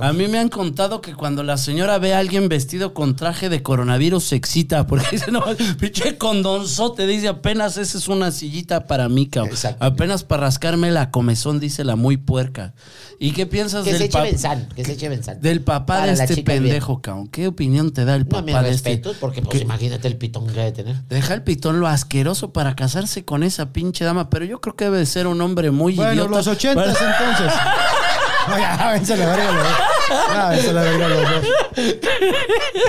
A mí me han contado que cuando la señora ve a alguien vestido con traje de coronavirus se excita, porque dice, no, pinche condonzote, dice, apenas esa es una sillita para mí, cabrón. Exacto. Apenas para rascarme la comezón, dice la muy puerca. ¿Y qué piensas Que se del, eche pa- Benzán, que se eche Benzán. del papá Para de la este chica bien. pendejo, cabrón? ¿Qué opinión te da el No, papá mis de este? respetos, porque pues que- imagínate el pitón que debe tener. Deja el pitón lo asqueroso para casarse con esa pinche dama, pero yo creo que debe de ser un hombre muy Bueno, idiota. los ochentas para- entonces. Oiga, ávense la verga los dos. Ávense la verga los dos.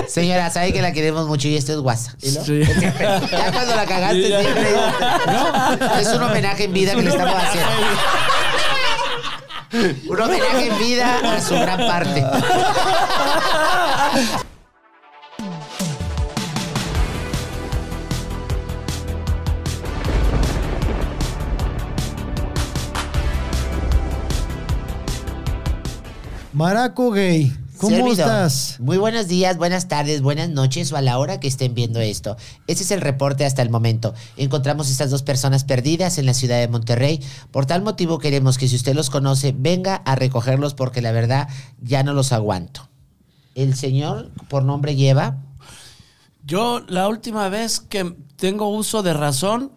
Señora, sabe que la queremos mucho y esto es WhatsApp. Sí. Ya cuando la cagaste, Ya. siempre. ¿no? Es un homenaje en vida que le estamos haciendo. Un homenaje en vida a su gran parte. Maraco gay, ¿cómo Servido. estás? Muy buenos días, buenas tardes, buenas noches o a la hora que estén viendo esto. Este es el reporte hasta el momento. Encontramos estas dos personas perdidas en la ciudad de Monterrey. Por tal motivo queremos que si usted los conoce, venga a recogerlos porque la verdad ya no los aguanto. El señor por nombre lleva Yo la última vez que tengo uso de razón,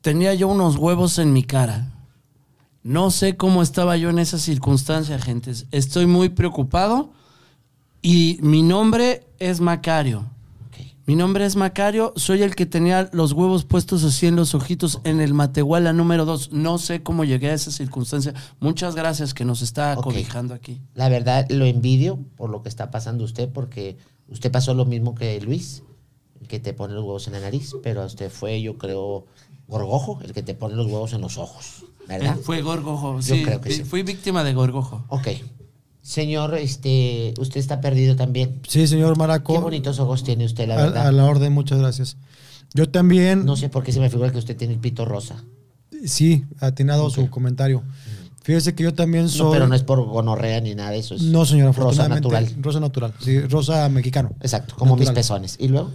tenía yo unos huevos en mi cara. No sé cómo estaba yo en esa circunstancia, gentes. Estoy muy preocupado y mi nombre es Macario. Mi nombre es Macario, soy el que tenía los huevos puestos así en los ojitos en el Matehuala número 2. No sé cómo llegué a esa circunstancia. Muchas gracias que nos está Ok. cobijando aquí. La verdad, lo envidio por lo que está pasando usted, porque usted pasó lo mismo que Luis, el que te pone los huevos en la nariz, pero a usted fue, yo creo, Gorgojo, el que te pone los huevos en los ojos, ¿verdad? Eh, Fue Gorgojo, Yo sí. creo que Eh, sí. Fui víctima de Gorgojo. Ok. Señor, este, usted está perdido también. Sí, señor Maraco. Qué bonitos ojos tiene usted, la a, verdad. a la orden, muchas gracias. Yo también, No sé por qué se me figura que usted tiene el pito rosa. sí, atinado su comentario. Fíjese que yo también soy... No, pero no es por gonorrea ni nada de eso. es No, señora, Rosa afortunadamente, natural. Rosa natural, sí, rosa mexicano. Exacto, como Natural. mis pezones. ¿Y luego?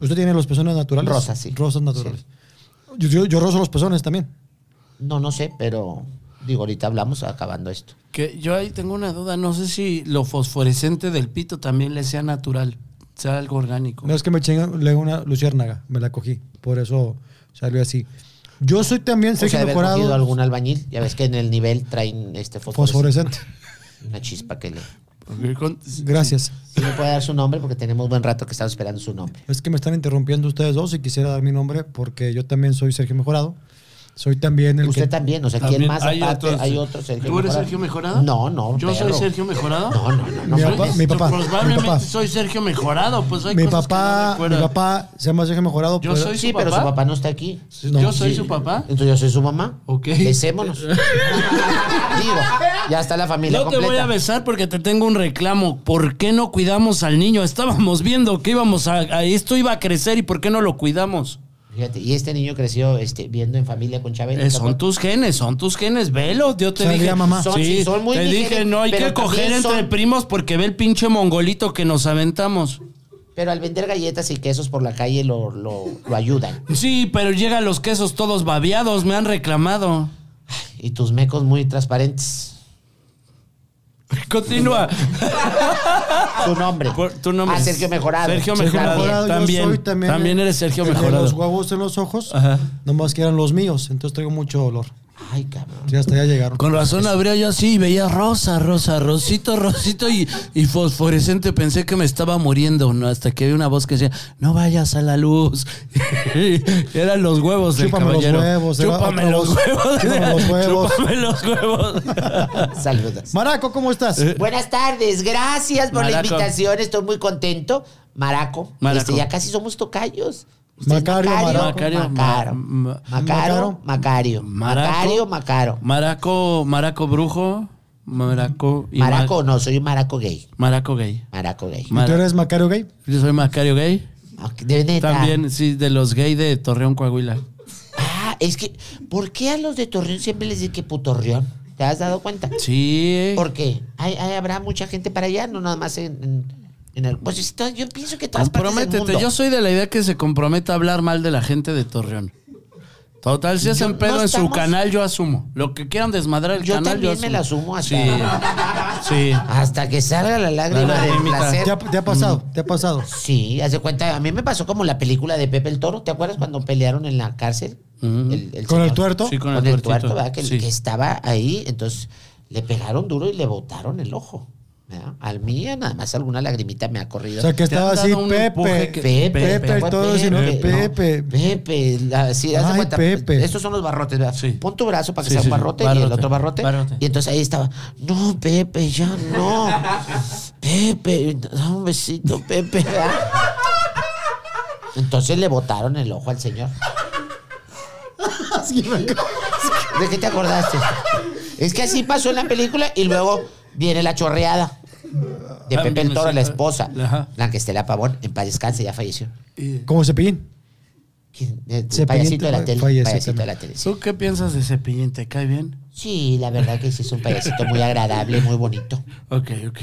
¿Usted tiene los pezones naturales? Rosas, sí. Rosas naturales. Yo, yo, yo rozo los pezones también. No, no sé, pero digo, ahorita hablamos acabando esto. Que yo ahí tengo una duda, no sé si lo fosforescente del pito también le sea natural, sea algo orgánico. No es que me chingan, le una luciérnaga, me la cogí, por eso salió así. Yo soy también O sea, Sergio haber cogido Mejorado, algún albañil. Ya ves que en el nivel traen este fosforescente. fosforescente. Una chispa que le... Porque con- Gracias. Si no puede dar su nombre porque tenemos buen rato que estamos esperando su nombre. Es que me están interrumpiendo ustedes dos y quisiera dar mi nombre porque yo también soy Sergio Mejorado. Soy también el Usted que... también, o sea, ¿quién también más aparte? otros- hay otro Sergio ¿Tú eres Mejorado. Sergio Mejorado? No, no, ¿Yo soy perro. Sergio Mejorado? No, no, no. no Mi Yo- mames. papá- mi yo papá, mi probablemente papá. soy Sergio Mejorado, pues soy Mi cosas que no papá, me mi acuerdo. papá se llama Sergio Mejorado. Yo pero- soy- Sí, su pero su papá? papá no está aquí. no. Yo soy Sí. su papá. Entonces yo soy su mamá. Ok. Besémonos. Digo, ya está la familia No te completa. voy a besar porque te tengo un reclamo. ¿Por qué no cuidamos al niño? Estábamos viendo que íbamos a, a- esto iba a crecer y ¿por qué no lo cuidamos? Fíjate, y este niño creció este, viendo en familia con Chabelo. Eh, son tus genes, son tus genes, velo. Yo te Sabía, dije, mamá. Son- Sí, sí, son muy te dije, diferentes, no hay pero que coger también entre son- primos porque ve el pinche mongolito que nos aventamos. Pero al vender galletas y quesos por la calle lo, lo, lo ayudan. Sí, pero llegan los quesos todos babeados, me han reclamado. Y tus mecos muy transparentes. Continúa. Tu nombre. Por- tu nombre Ah, es- Sergio Mejorado. Sergio Sergio Mejorado. Mejorado, yo También, soy también eres Sergio el de Mejorado. los huevos en los ojos, Ajá. nomás que eran los míos, entonces traigo mucho olor. Ay, cabrón. Sí, hasta ya llegaron. Con razón abría yo así y veía rosa, rosa, rosito, rosito y, y fosforescente. Pensé que me estaba muriendo, ¿no? Hasta que vi una voz que decía, no vayas a la luz. Eran los huevos del Chúpame los caballero. huevos, era Chúpame otra los voz. huevos. Chúpame los huevos. Chúpame los huevos. Saludos. Maraco, ¿cómo estás? Eh, Buenas tardes, gracias por la Maraco. invitación, estoy muy contento. Maraco, Maraco. este, ya casi somos tocayos. Usted es Macario, Maraco. Macario, Macaro, Ma- ma- Macaro, Macario, Maraco. Macario, Macaro. Maraco, maraco brujo, maraco y Maraco, ma- no, soy un maraco gay. maraco gay. Maraco gay. Ma- ¿Tú eres Macario Gay? Yo soy Macario gay. Ok, de neta. También, sí, de los gay de Torreón, Coahuila. Ah, es que, ¿por qué a los de Torreón siempre les dicen que putorreón? ¿Te has dado cuenta? Sí. ¿Por qué? Hay- hay- habrá mucha gente para allá, no nada más en, en- en el. Pues esto- yo pienso que todas partes del Comprométete. mundo. Yo soy de la idea que se comprometa a hablar mal de la gente de Torreón. Total, si hacen Yo- pedo no en su estamos- canal, yo asumo. Lo que quieran desmadrar el Yo canal, también me yo la asumo. asumo hasta, Sí. hasta que salga la lágrima La del lagrimita. placer. ¿Te ha, te ha pasado? ¿Te ha pasado? Sí, hace cuenta, a mí me pasó como la película de Pepe el Toro, ¿te acuerdas cuando pelearon en la cárcel? ¿Con el señor- tuerto? Sí, Con, el tuerto, tuertito. ¿verdad? Que, Sí. que estaba ahí, entonces le pegaron duro y le botaron el ojo. ¿verdad? Al mío nada más alguna lagrimita me ha corrido. O sea, que Te han estaba así, dado un empuje Pepe. que- Pepe, Pepe, fue el todo, sino Pepe, Pepe. no, Pepe, la- sí, haz de Ay, cuenta, Pepe. Estos son los barrotes, ¿verdad? Sí. Pon tu brazo para que Sí, sea un sí, sí. barrote, y el Barrote. otro barrote, Barrote. Y entonces ahí estaba, no, Pepe, ya no. Pepe, dame un besito, Pepe. ¿verdad? Entonces le botaron el ojo al señor. Así me acuerdo. ¿De qué te acordaste? Es que así pasó en la película y luego viene la chorreada. De Ah, Pepe el me Toro, la siento- esposa. Ajá. La que Estela Pavón, en paz descanse, ya falleció. Como cepillín. ¿Quién? El Se eh, payasito de la fa- tele. falleció Payasito de también. la tele. sí. ¿Tú qué piensas de Cepillín? ¿Te cae bien? Sí, la verdad que sí es un payasito muy agradable, muy bonito. Ok, ok.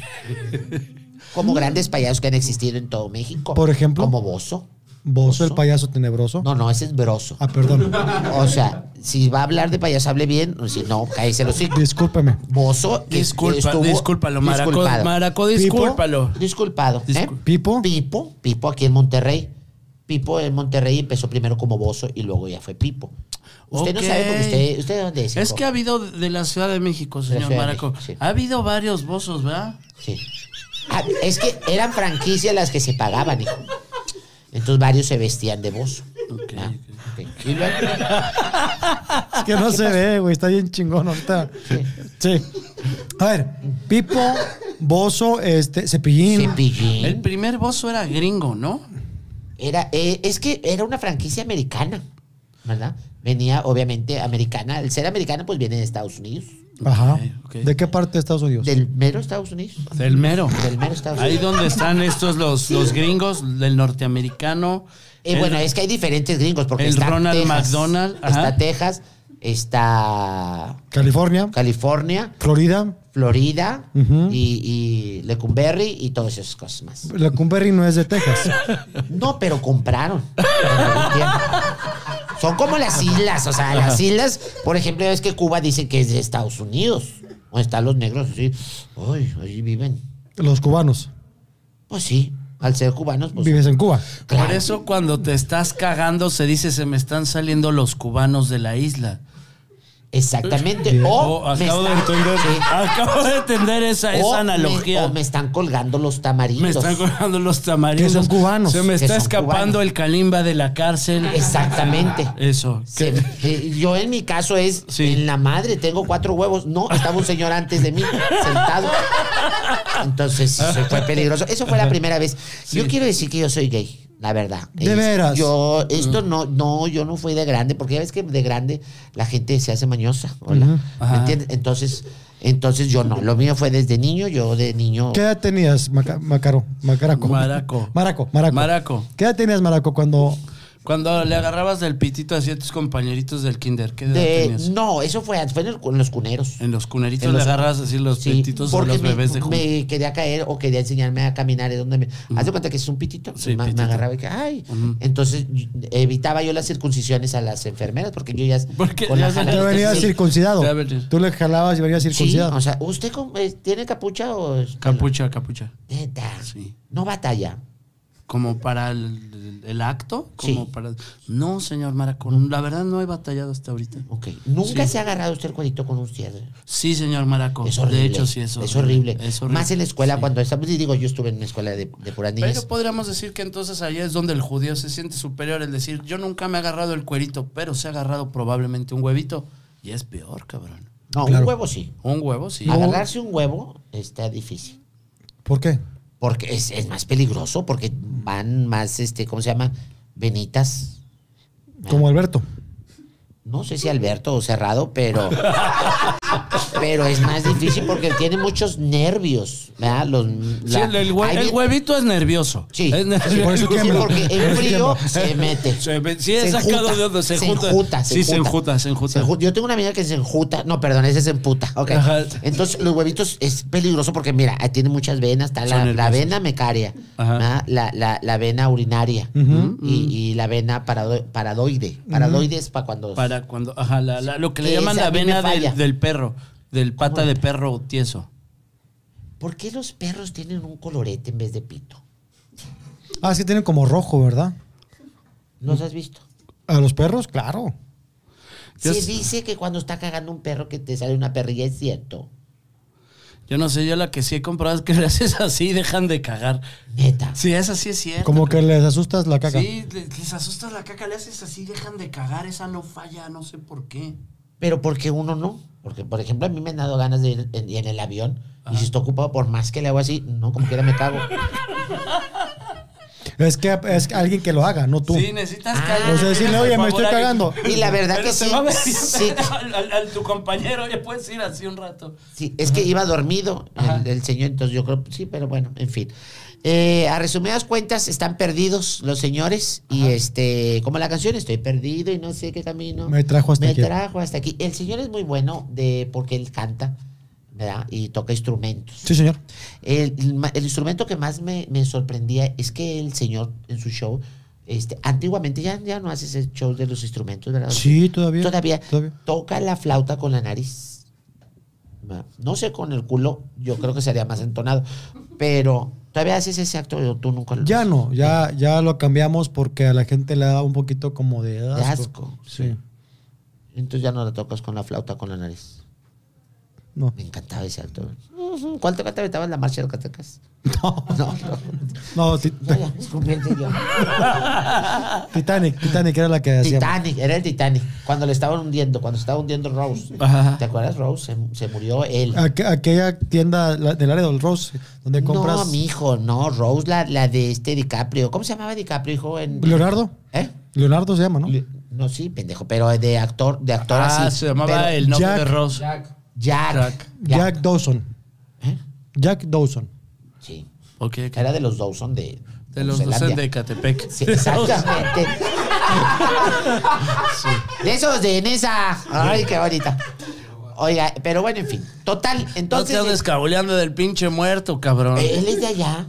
Como grandes payasos que han existido en todo México. Mm. Por ejemplo. Como Bozo. Bozo, el payaso tenebroso. No, no, ese es Broso. Ah, perdón. O sea, si va a hablar de payaso, hable bien. o Si no, cállese los hijos. Discúlpeme. Bozo. que- que Disculpa, estuvo discúlpalo, Maraco. disculpado. Maraco, discúlpalo. Disculpado. ¿eh? Discul- Pipo. Pipo, Pipo aquí en Monterrey. Pipo en Monterrey empezó primero como Bozo y luego ya fue Pipo. Usted Ok. no sabe porque usted, usted de dónde es. Es hijo? que ha habido de la Ciudad de México, la señor Ciudad de Maraco. México, sí. Ha habido varios bozos, ¿verdad? Sí. Ah, es que eran franquicias las que se pagaban, hijo. Entonces varios se vestían de Bozo. Ok, Ah, ok. ok. Y luego- Es que no se ve, güey. Está bien chingón ahorita. Sí. A ver, Pipo, Bozo, este, cepillín. Cepillín. El primer bozo era gringo, ¿no? Era, eh, es que era una franquicia americana, ¿verdad? Venía, obviamente, americana. El ser americano, pues viene de Estados Unidos. Ajá. ok. ¿De qué parte de Estados Unidos? Del mero Estados Unidos. Del mero. Del mero Estados Pues Ahí Unidos. donde están estos los, los gringos, del norteamericano. Eh, bueno, es que hay diferentes gringos, porque el está Ronald Texas, McDonald, ajá. está Texas, está California, California, Florida. Florida Ujú. y, y Lecumberri y todas esas cosas más. La Cumberry no es de Texas. No, pero compraron. en algún tiempo. Son como las islas, o sea, las islas, por ejemplo, es que Cuba dice que es de Estados Unidos, donde están los negros, así, ay, ahí viven. Los cubanos. Pues sí, al ser cubanos, pues Vives en Cuba. claro. Por eso cuando te estás cagando se dice se me están saliendo los cubanos de la isla. exactamente. O, Oh, me acabo de están- entender. sí. Acabo de entender esa, O esa me- analogía. o Me, Me, están colgando los tamarindos. están colgando los tamarindos. Que son cubanos. Se me Que está son escapando cubanos. el calimba de la cárcel. Exactamente. Eso. Se- eh, yo en mi caso es Sí. en la madre tengo cuatro huevos. No, estaba un señor antes de mí sentado. Entonces sí, fue peligroso. Eso fue la primera vez. Yo quiero decir que yo soy gay, la verdad. ¿De Es- veras? Mm. Yo esto no, no, yo no fui de grande porque ya ves que de grande la gente se hace mañosa, hola, Ujú. Ajá. ¿me entiendes? Entonces, entonces yo no. Lo mío fue desde niño. Yo de niño. ¿Qué edad tenías, Maca- Macaro? Macaraco. Maraco. Maraco, Maraco. Maraco. ¿Qué edad tenías, Maraco, cuando Cuando le agarrabas del pitito así a tus compañeritos del kinder, ¿qué edad de- tenías? no, eso fue, fue en, el- en los cuneros. En los cuneritos En los- le agarrabas así los Sí, pititos a los me, bebés de junio. me quería caer o quería enseñarme a caminar. es donde me, Haz de cuenta que es un pitito. Sí, me, me pitito. agarraba y que, ay. Entonces y- evitaba yo las circuncisiones a las enfermeras porque yo ya. Porque con ya la se- jala- te venías sí, circuncidado? Ya venía. Tú le jalabas y venías Sí, circuncidado. o sea, ¿usted con- eh, tiene capucha o.? Capucha, capucha. Neta, Sí. No batalla. como para el, el acto, como Sí. para no, señor Maracón, la verdad no he batallado hasta ahorita. Ok. Nunca Sí. se ha agarrado usted el cuerito con un cierre. Sí, señor Maracón. Es horrible. De hecho, sí, es horrible. Es horrible. Es horrible. Más en la escuela Sí. cuando estamos. Y digo, yo estuve en una escuela de, de puras niñas. Pero pues, podríamos decir que entonces ahí es donde el judío se siente superior, el decir, yo nunca me he agarrado el cuerito, pero se ha agarrado probablemente un huevito. Y es peor, cabrón. no, Claro. un huevo sí. Un huevo, sí. Agarrarse un huevo está difícil. ¿Por qué? Porque es, es más peligroso, porque van más, este, ¿cómo se llama? Venitas. Como Alberto. No sé si Alberto o Cerrado, pero. Pero es más difícil porque tiene muchos nervios. ¿verdad? Los, Sí, la- el, el hue- ahí el viene- huevito es nervioso. Sí. Es nervioso. Por eso Sí, tiembla. porque en frío se mete. Se ve- sí, he Se sacado enjuta, de donde se, se junta. enjuta, se Sí, se enjuta. enjuta, se enjuta. Se enju- Yo tengo una amiga que se enjuta. No, perdón, ese es en puta. Ok. Ajá. Entonces, los huevitos es peligroso porque, mira, ahí tiene muchas venas. Está la, Son la nerviosos. vena mecaria, Ajá. Mm. ¿ah? la, la- la vena urinaria y, y la vena parado- paradoide. Paradoide es para cuando. Para cuando. Ajá, la- la- lo que le Esa llaman la a mí me vena del- falla. del, perro. Del pata de perro tieso. ¿Por qué los perros tienen un colorete en vez de pito? Ah, es que tienen como rojo, ¿verdad? Mm. ¿Los has visto? A los perros, claro. Yo Se s- dice que cuando está cagando un perro que te sale una perrilla, es cierto. Yo no sé, yo la que sí he comprobado es que le haces así y dejan de cagar. Neta. Sí, esa sí es cierto. Como que les asustas la caca. Sí, le- les asustas la caca, le haces así, dejan de cagar, esa no falla, no sé por qué. Pero porque uno no. Porque, por ejemplo, a mí me han dado ganas de ir en, en el avión. Y si estoy ocupado por más que le hago así, no, como quiera me cago. Es que es que alguien que lo haga, no tú. Sí, necesitas Ah. cagar. O sea, decirle, Por oye, me favor, estoy alguien- cagando. Y la verdad Pero que te sí, va a venir sí. al, al- al- tu compañero, oye, puedes ir así un rato. Sí, es que iba dormido el, el señor, entonces yo creo, sí, pero bueno, en fin. Eh, a resumidas cuentas, están perdidos los señores y este, como la canción, estoy perdido y no sé qué camino. Me trajo hasta aquí. Me trajo hasta aquí. El señor es muy bueno de porque él canta, ¿verdad? Y toca instrumentos. Sí, señor. El, el ma- el instrumento que más me, me sorprendía es que el señor en su show, este, antiguamente ya, ya no haces el show de los instrumentos, ¿verdad? Sí, todavía. Todavía, Todavía. toca la flauta con la nariz. Ma- No sé, con el culo, yo creo que sería más entonado. Pero todavía haces ese acto, o tú nunca lo Ya no, ya, ya lo cambiamos porque a la gente le da un poquito como de asco. asco, Sí. Entonces ya no la tocas con la flauta con la nariz. No. Me encantaba ese acto. Ujú. ¿Cuánto canta en la marcha de Catacas? No. No, no. No, ti- Ya, ya, disculpe, el señor. Titanic, Titanic era la que hacía. Titanic, era el Titanic. Cuando le estaban hundiendo, cuando estaba hundiendo Rose. Ajá. ¿Te acuerdas, Rose? Se, se murió él. Aqu- aquella tienda la- del área del Rose, donde compras. No, mi hijo, no, Rose, la, la de este DiCaprio. ¿Cómo se llamaba DiCaprio, hijo? En... Leonardo. ¿Eh? Leonardo se llama, ¿no? Le- No, sí, pendejo, pero de actor, de actor Ah, así. se llamaba pero- el novio Jack- de Rose. Jack. Jack. Jack Dawson. ¿Eh? Jack Dawson. Sí. Ok, ok. Era de los Dawson de. De los Zelandia. docentes de Catepec. Sí, exactamente. De esos de en esa. Ay, qué bonita. Oiga, pero bueno, en fin. Total, No te entonces. eh, andes cabuleando del pinche muerto, Ah. cabrón. él es de allá.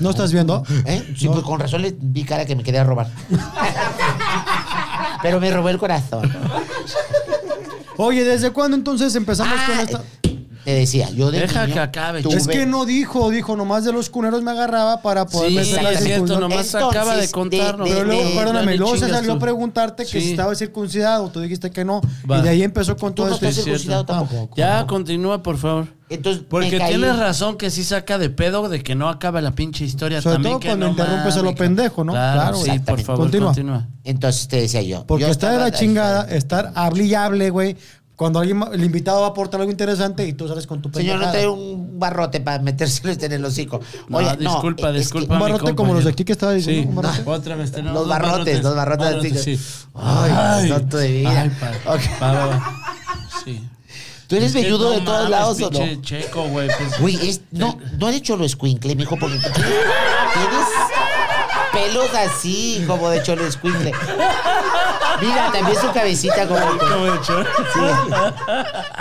¿No estás viendo? ¿eh? Sí, pues con razón le vi cara que me quería robar. Pero me robó el corazón. Oye, ¿desde cuándo entonces empezamos Ah, con esta? Te decía, yo de Deja niño que acabe, tuve- Es que no dijo, dijo, nomás de los cuneros me agarraba para poder Sí, meter la es cierto, circuncisión. nomás Entonces, acaba de- de contarnos. de- Pero luego, de- perdóname, luego se Chingas salió a tú. preguntarte que Sí. si estaba circuncidado, tú dijiste que no, Va. y de ahí empezó con Tú todo este Ah, no esto. estás Sí, es cierto. circuncidado tampoco. Ya, continúa, por favor. Entonces, me Porque caí. tienes razón que sí saca de pedo de que no acaba la pinche historia. Sobre También todo que cuando no interrumpes a lo mames. pendejo, ¿no? Claro, Claro, sí, por exactamente. favor, Continúa. continúa. Entonces te decía yo. Porque yo está de estaba- la chingada estar hable y hable, güey, cuando alguien, el invitado va a aportar algo interesante y tú sales con tu Señor, no pendejada. trae un barrote para metérselo este en el hocico. No, Oye, no, disculpa, es que- disculpa. Un mi barrote como compañero. los de aquí que estaba diciendo, Sí, un barrote. otra vez tenemos Los dos barrotes, los barrotes así. sí. Ay, santo de vida. Ay, pa- Ok. pa- va, va. Sí. ¿Tú eres Es que velludo no de todos mames, lados o no? pinche checo, güey. pues. Güey, es- no, no eres cholo escuincle, mijo, porque tú tienes tienes pelos así como de cholo escuincle. Mira, también su cabecita como... Como de cholo.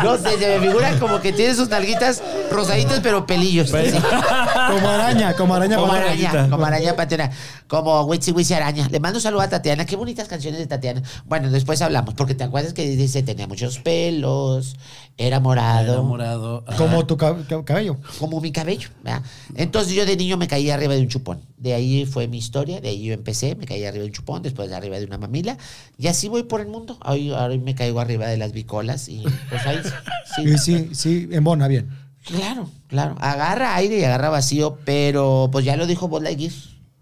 No sé, se me figura como que tiene sus nalguitas rosaditas, pero pelillos. Así. Como araña, Pues, como araña. Como cuando- araña, como araña patena, como Witsi Witsi araña. Le mando un saludo a Tatiana. Qué bonitas canciones de Tatiana. Bueno, después hablamos, porque te acuerdas que dice tenía muchos pelos, era morado, Enamorado. Ajá. Como tu cab- cab- cabello. como mi cabello. ¿verdad? Entonces yo de niño me caí arriba de un chupón. De ahí fue mi historia, de ahí yo empecé, me caí arriba de un chupón, después arriba de una mamila, y así voy por el mundo. Hoy, ahora me caigo arriba de las bicolas y pues ahí Y sí, sí, embona bien. Claro, claro. Agarra aire y agarra vacío, pero pues ya lo dijo Buzz Lightyear,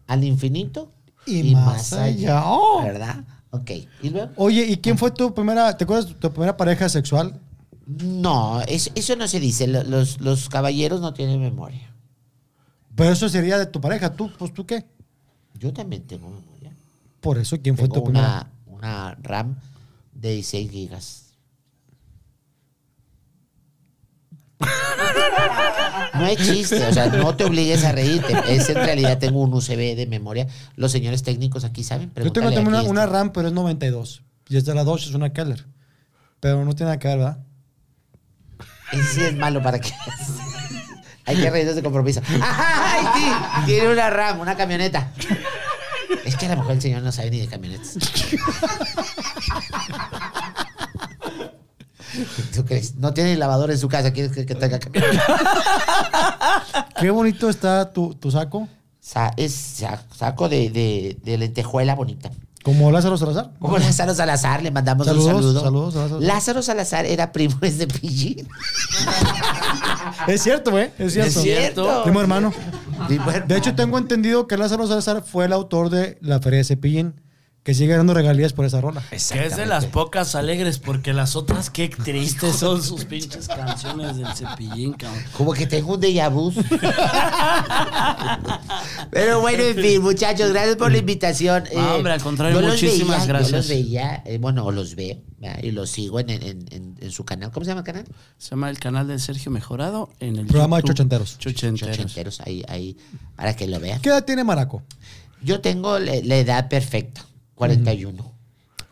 al infinito Y más allá. Oh. ¿Verdad? Ok. ¿Y luego? Oye, ¿y quién fue tu primera, te acuerdas de tu primera pareja sexual? No, es- eso no se dice. Lo- Los, los caballeros no tienen memoria. Pero eso sería de tu pareja, tú, pues tú qué. Yo también tengo memoria. Por eso, ¿quién fue Tengo tu primera? una, una RAM de 16 gigas. No es chiste, o sea, no te obligues a reírte. Es en realidad tengo un UCB de memoria. Los señores técnicos aquí saben. Yo tengo pregúntale también una, aquí, una este. RAM, pero es 92. Y es de la Dodge, es una Keller. Pero no tiene nada que ver, ¿verdad? Ese sí es malo para que. Hay que reírnos de compromiso. ¡Ay, sí! Tiene una RAM, una camioneta. Es que a lo mejor el señor no sabe ni de camionetas. ¿Tú crees? No tiene lavador en su casa, ¿quieres que, que tenga camioneta? Qué bonito está tu, tu saco. Sa- es sa- saco de, de, de lentejuela bonita. Como Lázaro Salazar. Como Lázaro Salazar, le mandamos un Saludos, saludo. saludos, Lázaro. Lázaro Salazar era primo de Pillín. Ah. Es cierto, ¿eh? Es cierto. Es cierto. Primo hermano. Primo De hecho, tengo entendido que Lázaro Salazar fue el autor de La Feria de Cepillín, que sigue ganando regalías por esa rola. Que es de las pocas alegres, porque las otras, qué tristes son sus pinches canciones del cepillín, cabrón. Como que tengo un déjà vu. Pero bueno, en fin, muchachos, gracias por la invitación. Eh, No, hombre, al contrario, yo los muchísimas veía- gracias. Yo los veía, eh, bueno, o los veo, ¿verdad? y los sigo en, en- en- en su canal. ¿Cómo se llama el canal? Se llama el canal de Sergio Mejorado en el Programa de YouTube. Chochenteros. Chochenteros. Ochenteros, ahí, ahí, para que lo vean. ¿Qué edad tiene Maraco? Yo tengo la, la edad perfecta, 41.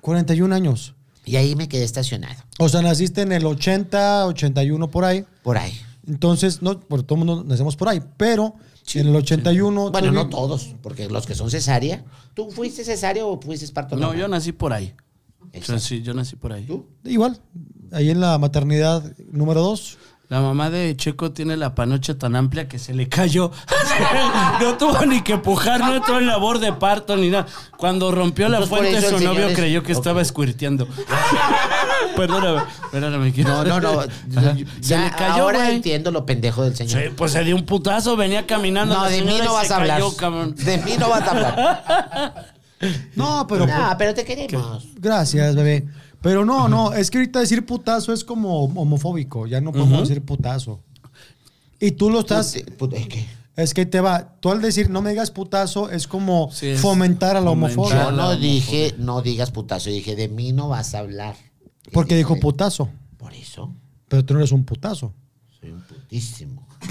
41 años. Y ahí me quedé estacionado, O sea, naciste en el 80, 81 por ahí. por ahí. Entonces, no, por todo el mundo nacemos por ahí, pero en el 81... tú Bueno, vi- no todos, porque los que son cesárea. ¿Tú fuiste cesárea o fuiste parto No, normal? yo nací por ahí. O sea, Exacto. sí, yo nací por ahí. ¿Tú? Igual, ahí en la maternidad número 2. La mamá de Checo tiene la panocha tan amplia que se le cayó. no tuvo ni que pujar, no entró en labor de parto ni nada. Cuando rompió la Entonces, por fuente, eso su el señor novio es- creyó que Ok. estaba squirteando. perdóname, perdóname. que- No, no, no. Ajá. se Ya le cayó, ahora güey. entiendo lo pendejo del Sí, señor. pues se dio un putazo, venía caminando. No, la de mí señora y no se vas a hablar. cayó, cabrón. De mí no vas a hablar. No, pero... pues, No, pero te queremos. Gracias, bebé. Pero no, no, es que ahorita decir putazo es como homofóbico, ya no podemos decir putazo. Y tú lo estás... Pute- pute- es que Es que te va, tú al decir no me digas putazo es como Sí, es fomentar a la fomentar. Yo homofobia. Habla no homofobia. dije, no digas putazo. Dije, de mí no vas a hablar. Y Porque dije, dijo putazo, Por eso pero tú no eres un putazo. soy un putísimo.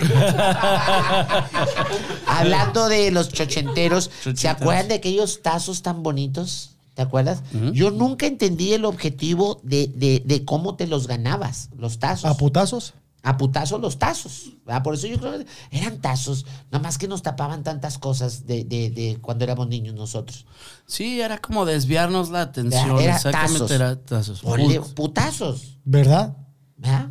Hablando de los chochenteros, ¿se Chochenteros. acuerdan de aquellos tazos tan bonitos? ¿Te acuerdas? Yo nunca entendí el objetivo de, de- de cómo te los ganabas, los tazos. ¿A putazos? a putazos los tazos. ¿verdad? Por eso yo creo que eran tazos, nada más que nos tapaban tantas cosas de, de- de cuando éramos niños nosotros. Sí, era como desviarnos la atención. Era Exactamente, tazos. era tazos. Ponle Put- putazos, ¿Verdad? ¿verdad?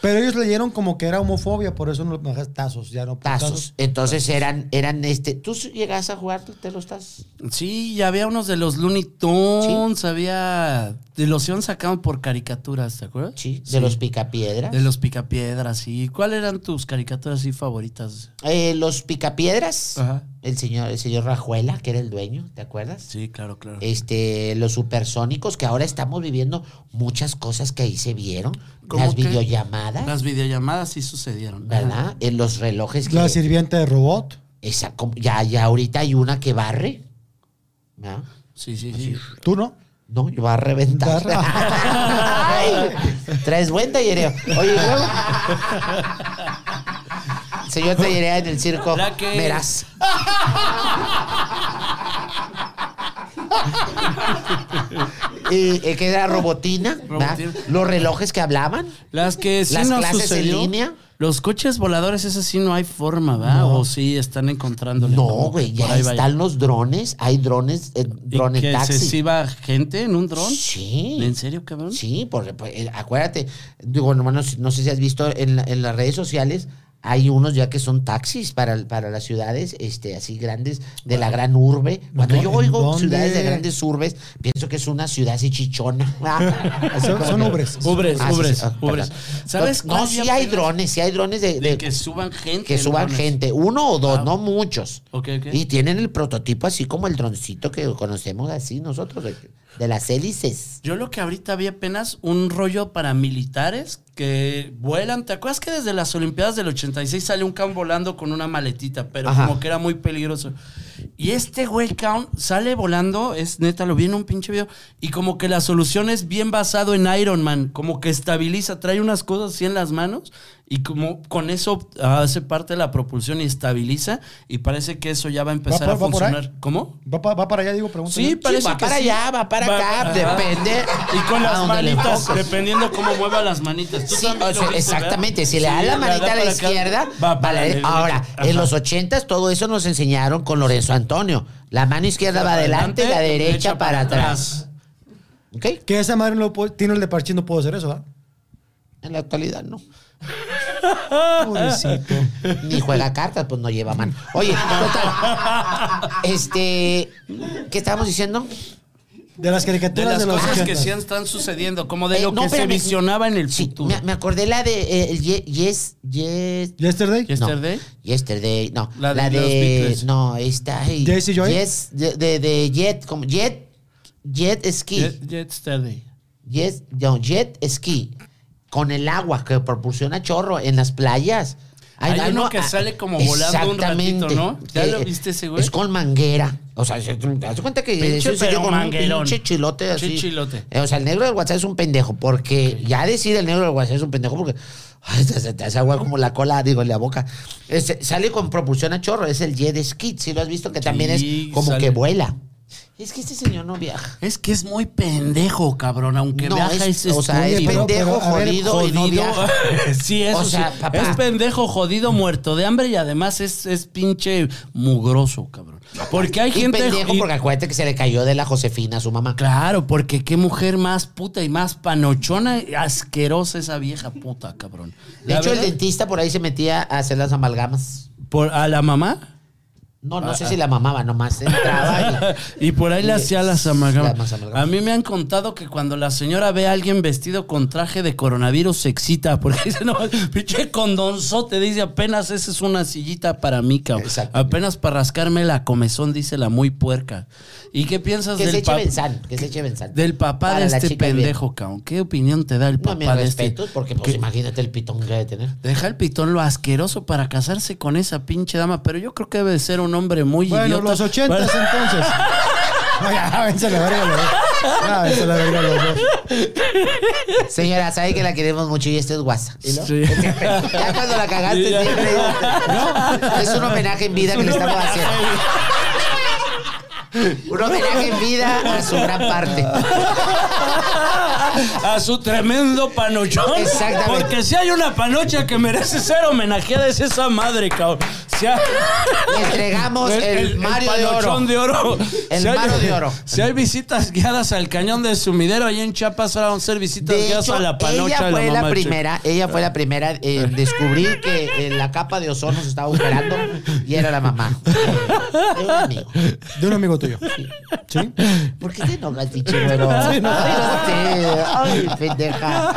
Pero ellos leyeron como que era homofobia, por eso no le bajas tazos, ya no putazos. Tazos. Entonces eran, eran este. ¿Tú llegas a jugar te los tazos? Sí, y había unos de los Looney Tunes, había. De los iban sacando por caricaturas, ¿te acuerdas? Sí, de los picapiedras. De los picapiedras, sí. ¿Cuáles eran tus caricaturas así favoritas? Eh, los picapiedras. Ajá. El señor, el señor Rajuela, que era el dueño, ¿te acuerdas? Sí, claro, claro. Este, los supersónicos, que ahora estamos viviendo muchas cosas que ahí se vieron. ¿Cómo Las qué? videollamadas, Las videollamadas sí sucedieron. ¿verdad? En los relojes que. La sirvienta de robot. Esa, como- ya, ya ahorita hay una que barre. ¿no? Sí, sí, sí. Pues ¿Tú no? No, y va a reventar. Barra. Ay, traes buen tallereo. Oye, ¿no? Señor tallerea en el circo. La que- Verás. Y, eh, que era robotina, ¿verdad? Robotina. los relojes que hablaban. Las que sí Las nos clases en sucedió, línea. Los coches voladores, esas sí no hay forma, ¿verdad? O sí están encontrándole. No, como que güey, por ya ahí vaya. están los drones, hay drones, eh, ¿Y drone que taxi. se exhiba gente en un dron? Sí. ¿En serio, cabrón? Sí, porque pues, eh, acuérdate, digo, hermano, si- no sé si has visto en, la- en las redes sociales, hay unos ya que son taxis para, para las ciudades, este, así grandes, de la gran urbe. Cuando ¿En yo dó- en oigo dónde? ciudades de grandes urbes, pienso que es una ciudad así chichona. Así Son- como son que- ubres. Ubres, Ah, sí, ubres, sí, ah, ubres. perdón. ¿Sabes No, cuál sí había hay pegado? drones, sí hay drones de, De de- que suban gente. que en suban drones. gente. Uno o dos, no muchos. Ok, ok. Y tienen el prototipo así como el droncito que conocemos así nosotros, de, de las hélices. Yo lo que ahorita vi apenas un rollo para militares que vuelan. ¿Te acuerdas que desde las Olimpiadas del 86 salió un can volando con una maletita? Pero Ajá. como que era muy peligroso. Y este güey Count sale volando, es neta, lo vi en un pinche video, y como que la solución es bien basado en Iron Man, como que estabiliza, trae unas cosas así en las manos, y como con eso hace parte de la propulsión y estabiliza, y parece que eso ya va a empezar ¿Va a por- va por ahí? funcionar. ¿Cómo? ¿Va, pa- va para allá, digo, pregunta. Sí, parece va que para sí. allá, va para acá, ajá. depende Y con a las dónde le manitas, enfoques. dependiendo cómo mueva las manitas. Tú Sí, también o lo sea, viste, exactamente. ¿verdad? Si le da Sí, la manita a la para acá, va izquierda, va a la para derecha. Ahora, en Ajá. los ochentas todo eso nos enseñaron con Lorenzo Antonio. La mano izquierda va adelante, la derecha para atrás. ¿Ok? Que esa madre no lo puedo, Tino el de Parchín no puedo hacer eso, ¿ah? En la actualidad no. Pobrecito. Ni juega cartas, pues no lleva mano. Oye, total. Este, ¿qué estábamos diciendo? De las De caricaturas las de, los cosas que ochentas. sí están sucediendo, como de Eh, lo no, que se espérame. visionaba en el Sí, futuro. me, me acordé la de eh, el Ye- Yes, Yes, Yesterday. Yes- ¿Yesterday? No, yesterday, no. La La de de, los Beatles. no, esta. ay, Jesse Joy? Yes, de, de, de Jet, como Jet, Jet Ski. Ye- Yesterday. Yes, no, Jet Ski. Con el agua que proporciona chorro en las playas. Hay uno que ah, sale como volando un ratito, exactamente. Eh, ¿no? ¿Ya lo viste ese güey? Es con manguera. O sea, se- te das cuenta que Pinche eso se pero dio con manguerón. un pinche chilote así. Chichilote. Eh, O sea, el negro del WhatsApp es un pendejo, porque ya decir el negro del WhatsApp es un pendejo, porque ay, se se te hace agua como la cola, digo, en la boca. Este, sale con propulsión a chorro, es el jet ski, si lo has visto, que también Sí, es como sale. que vuela. Es que este señor no viaja. Es que es muy pendejo, cabrón, aunque No, viaja es- es, o sea, es estúpido. pero- pendejo, pero, a ver, jodido, y no jodido. viaja. sí, eso O sea, sí. papá. Es pendejo, jodido, muerto de hambre y además es, es pinche mugroso, cabrón. Porque hay Y gente. pendejo, y- porque acuérdate que se le cayó de la Josefina a su mamá. Claro, porque qué mujer más puta y más panochona, y asquerosa esa vieja puta, cabrón. De La hecho, el verdad, dentista por ahí se metía a hacer las amalgamas. por, a la mamá. No, Ah, no sé si la mamaba, nomás entraba y... y por ahí le Y- hacía las las amalgamas. amalgamas. A mí me han contado que cuando la señora ve a alguien vestido con traje de coronavirus se excita, porque dice, no, pinche condonzote, dice, apenas esa es una sillita para mí, cabrón. Exacto. Apenas para rascarme la comezón, dice la muy puerca. ¿Y qué piensas Que del se eche pap- benzán, que se eche benzán. Del papá Para de la este chica, bien. pendejo, cabrón. ¿Qué opinión te da el No, papá mis de este? respetos, porque pues que- imagínate el pitón que debe tener. Deja el pitón lo asqueroso para casarse con esa pinche dama, pero yo creo que debe de ser un hombre muy Bueno, idiota. los ochentas para- entonces. Oiga, vence la verga los dos. Ya, vence la verga los dos. Señora, sabe que la queremos mucho y esto es guasa. ¿Y no? Sí. Ya cuando la cagaste, Sí, ya. siempre digo, ¿no? Es un homenaje en vida que le estamos haciendo. Un homenaje en vida a su gran parte. A su tremendo panochón. Exactamente. Porque si hay una panocha que merece ser homenajeada es esa madre, cabrón. Si hay- Le entregamos el, Mario de Oro. panochón de oro. El hay- Mario de oro. Si hay visitas guiadas al cañón de sumidero, ahí en Chiapas ahora van a ser visitas De guiadas hecho, a la panocha ella de fue mamá de la Chiapas. primera, ella fue la primera en descubrir que eh, la capa de ozono se estaba agujerando y era la mamá. De un amigo. De un amigo tuyo. ¿Sí? ¿Por qué te enojas, dicho güero? Ay, no sé. Ay, pendeja.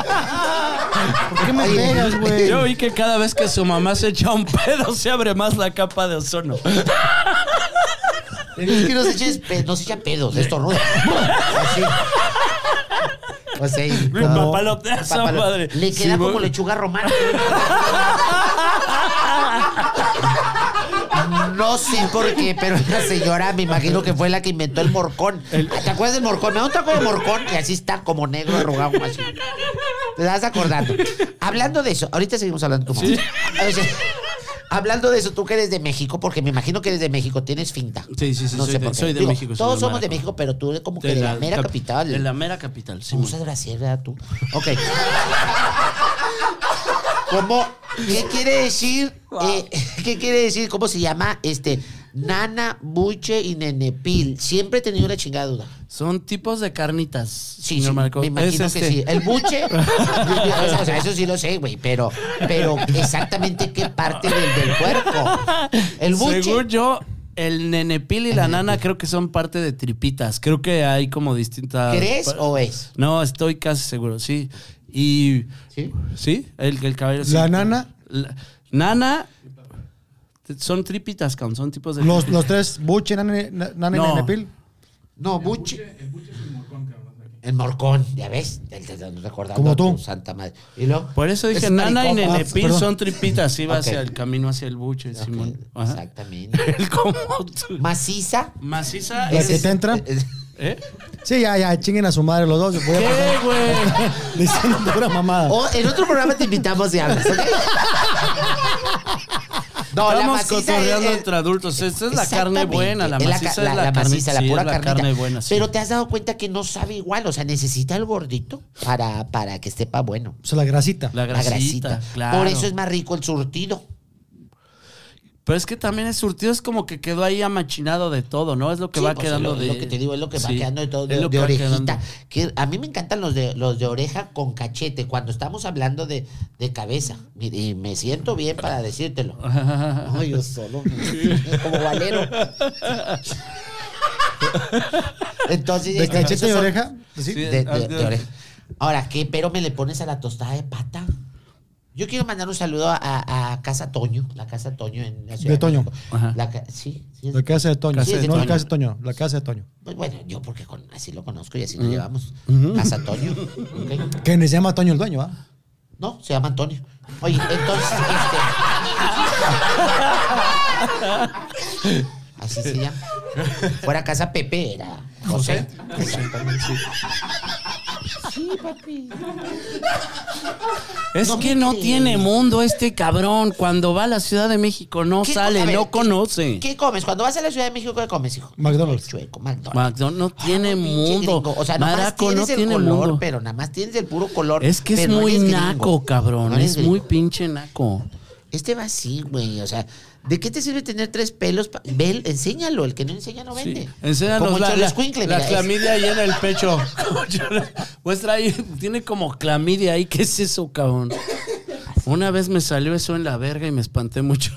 ¿Por qué me Oye, pegas, güey? Yo vi que cada vez que su mamá se echa un pedo, se abre más la capa de ozono. Es que nos echan, pe- nos echan pedos, estornudos. Así. O sea, y- Mi papalotea esa Papalo- madre. Le Sí, queda como voy. lechuga romana. No sé por qué, pero la señora me imagino que fue la que inventó el morcón. ¿Te acuerdas del morcón? Me da un taco de morcón y así está como negro, arrugado, como así. Te vas acordando. Hablando de eso, ahorita seguimos hablando de tu mamá. O sea, hablando de eso, tú que eres de México, porque me imagino que eres de México, tienes finta. Sí, sí, sí, No soy sé de- por qué. soy de Digo, México, soy Todos de somos de Maracaibo. México, pero tú eres como que de, la, mera cap- capital. De la mera capital, sí. Tú usas brasier, ¿verdad? Tú. Ok. ¿Cómo? ¿Qué quiere decir? eh, ¿Qué quiere decir? ¿Cómo se llama? Este, nana, buche y nenepil. Siempre he tenido una chingada duda. Son tipos de carnitas. Sí, sí, señor Marco. me imagino Es que este- sí. El buche, o sea, eso sí lo sé, güey, pero, pero exactamente qué parte del, del cuerpo. El buche. Según yo, el nenepil y la nana creo que son parte de tripitas. Creo que hay como distintas. ¿Crees o es? No, estoy casi seguro, sí. Y. ¿Sí? Sí, el, el cabello. sí. La nana, La- nana. Son tripitas, cabrón, son tipos de. los, tripitas. los tres, Buche, Nana, nana y No. Nenepil. No, buche. El morcón, ya ves, el- el- el- recordando Como a tu tú. santa madre. ¿Y luego? Por eso dije, Es nana y maricón. nene. nenepil perdón. son tripitas, sí va Ok. hacia el camino hacia el buche, Ok, Simón. Ajá. Exactamente. El como tú. Maciza. Maciza ¿La que es... te entra? ¿Eh? Sí, ya, ya, chinguen a su madre los dos. Voy a ¿Qué, pasar güey? diciendo pura mamada. O Oh, en otro programa te invitamos y hablas, ¿ok? No, la Estamos maciza es- cotorreando es- entre adultos. Esta es la carne Exactamente. buena, la Es maciza es ca- la, carne, maciza, la sí, es pura la carnita. carne buena. sí. Pero te has dado cuenta que no sabe igual, o sea, necesita el gordito para, para que sepa bueno. O sea, la grasita. la La grasita, grasita. claro. Por eso es más rico el surtido. Pero es que también el surtido es como que quedó ahí amachinado de todo, ¿no? Es lo que Sí, va pues, quedando es lo, de... es lo que te digo, es lo que va Sí, quedando de todo, es de, lo de que va orejita. quedando. Que a mí me encantan los de los de oreja con cachete, cuando estamos hablando de, de cabeza. Y, y me siento bien para decírtelo. No, yo solo. Como valero. Entonces, ¿De este, cachete esos y son- oreja? Sí. Sí. de- de- de oreja. Ahora, ¿qué pero me le pones a la tostada de pata? Yo quiero mandar un saludo a, a Casa Toño, la Casa Toño en la Ciudad De Toño. México. Ajá. La ca- sí, sí, es- La casa de Toño. Sí, es de no, la Toño. casa de Toño. La casa de Toño. Pues bueno, yo porque con- así lo conozco y así lo llevamos. Casa Toño. ¿ok? Que ni se llama Toño el dueño, ¿ah? No, se llama Antonio. Oye, entonces, este- Así se llama. Fuera casa Pepe era José. Es No que no manches. tiene mundo este cabrón. Cuando va a la Ciudad de México no ¿Qué- sale, a ver, no ¿qué- conoce. ¿Qué comes? Cuando vas a la Ciudad de México, ¿qué comes, hijo? McDonald's. Chueco, McDonald's. McDonald's no tiene Pinche mundo. gringo. O sea, nomás Maraco no tienes el tiene color, mundo. pero nada más tienes el puro color. Es que es pero no muy eres gringo. naco, cabrón. No eres Es muy gringo. pinche naco. Este va así, güey. O sea, ¿de qué te sirve tener tres pelos? pa- Ve, el- enséñalo. El que no enseña no vende. Sí. Enséñanos Como la, Charles la, Escuincle, la mira, es- clamidia ahí en el pecho. Muestra ahí, tiene como clamidia ahí. ¿Qué es eso, cabrón? Una vez me salió eso en la verga y me espanté mucho.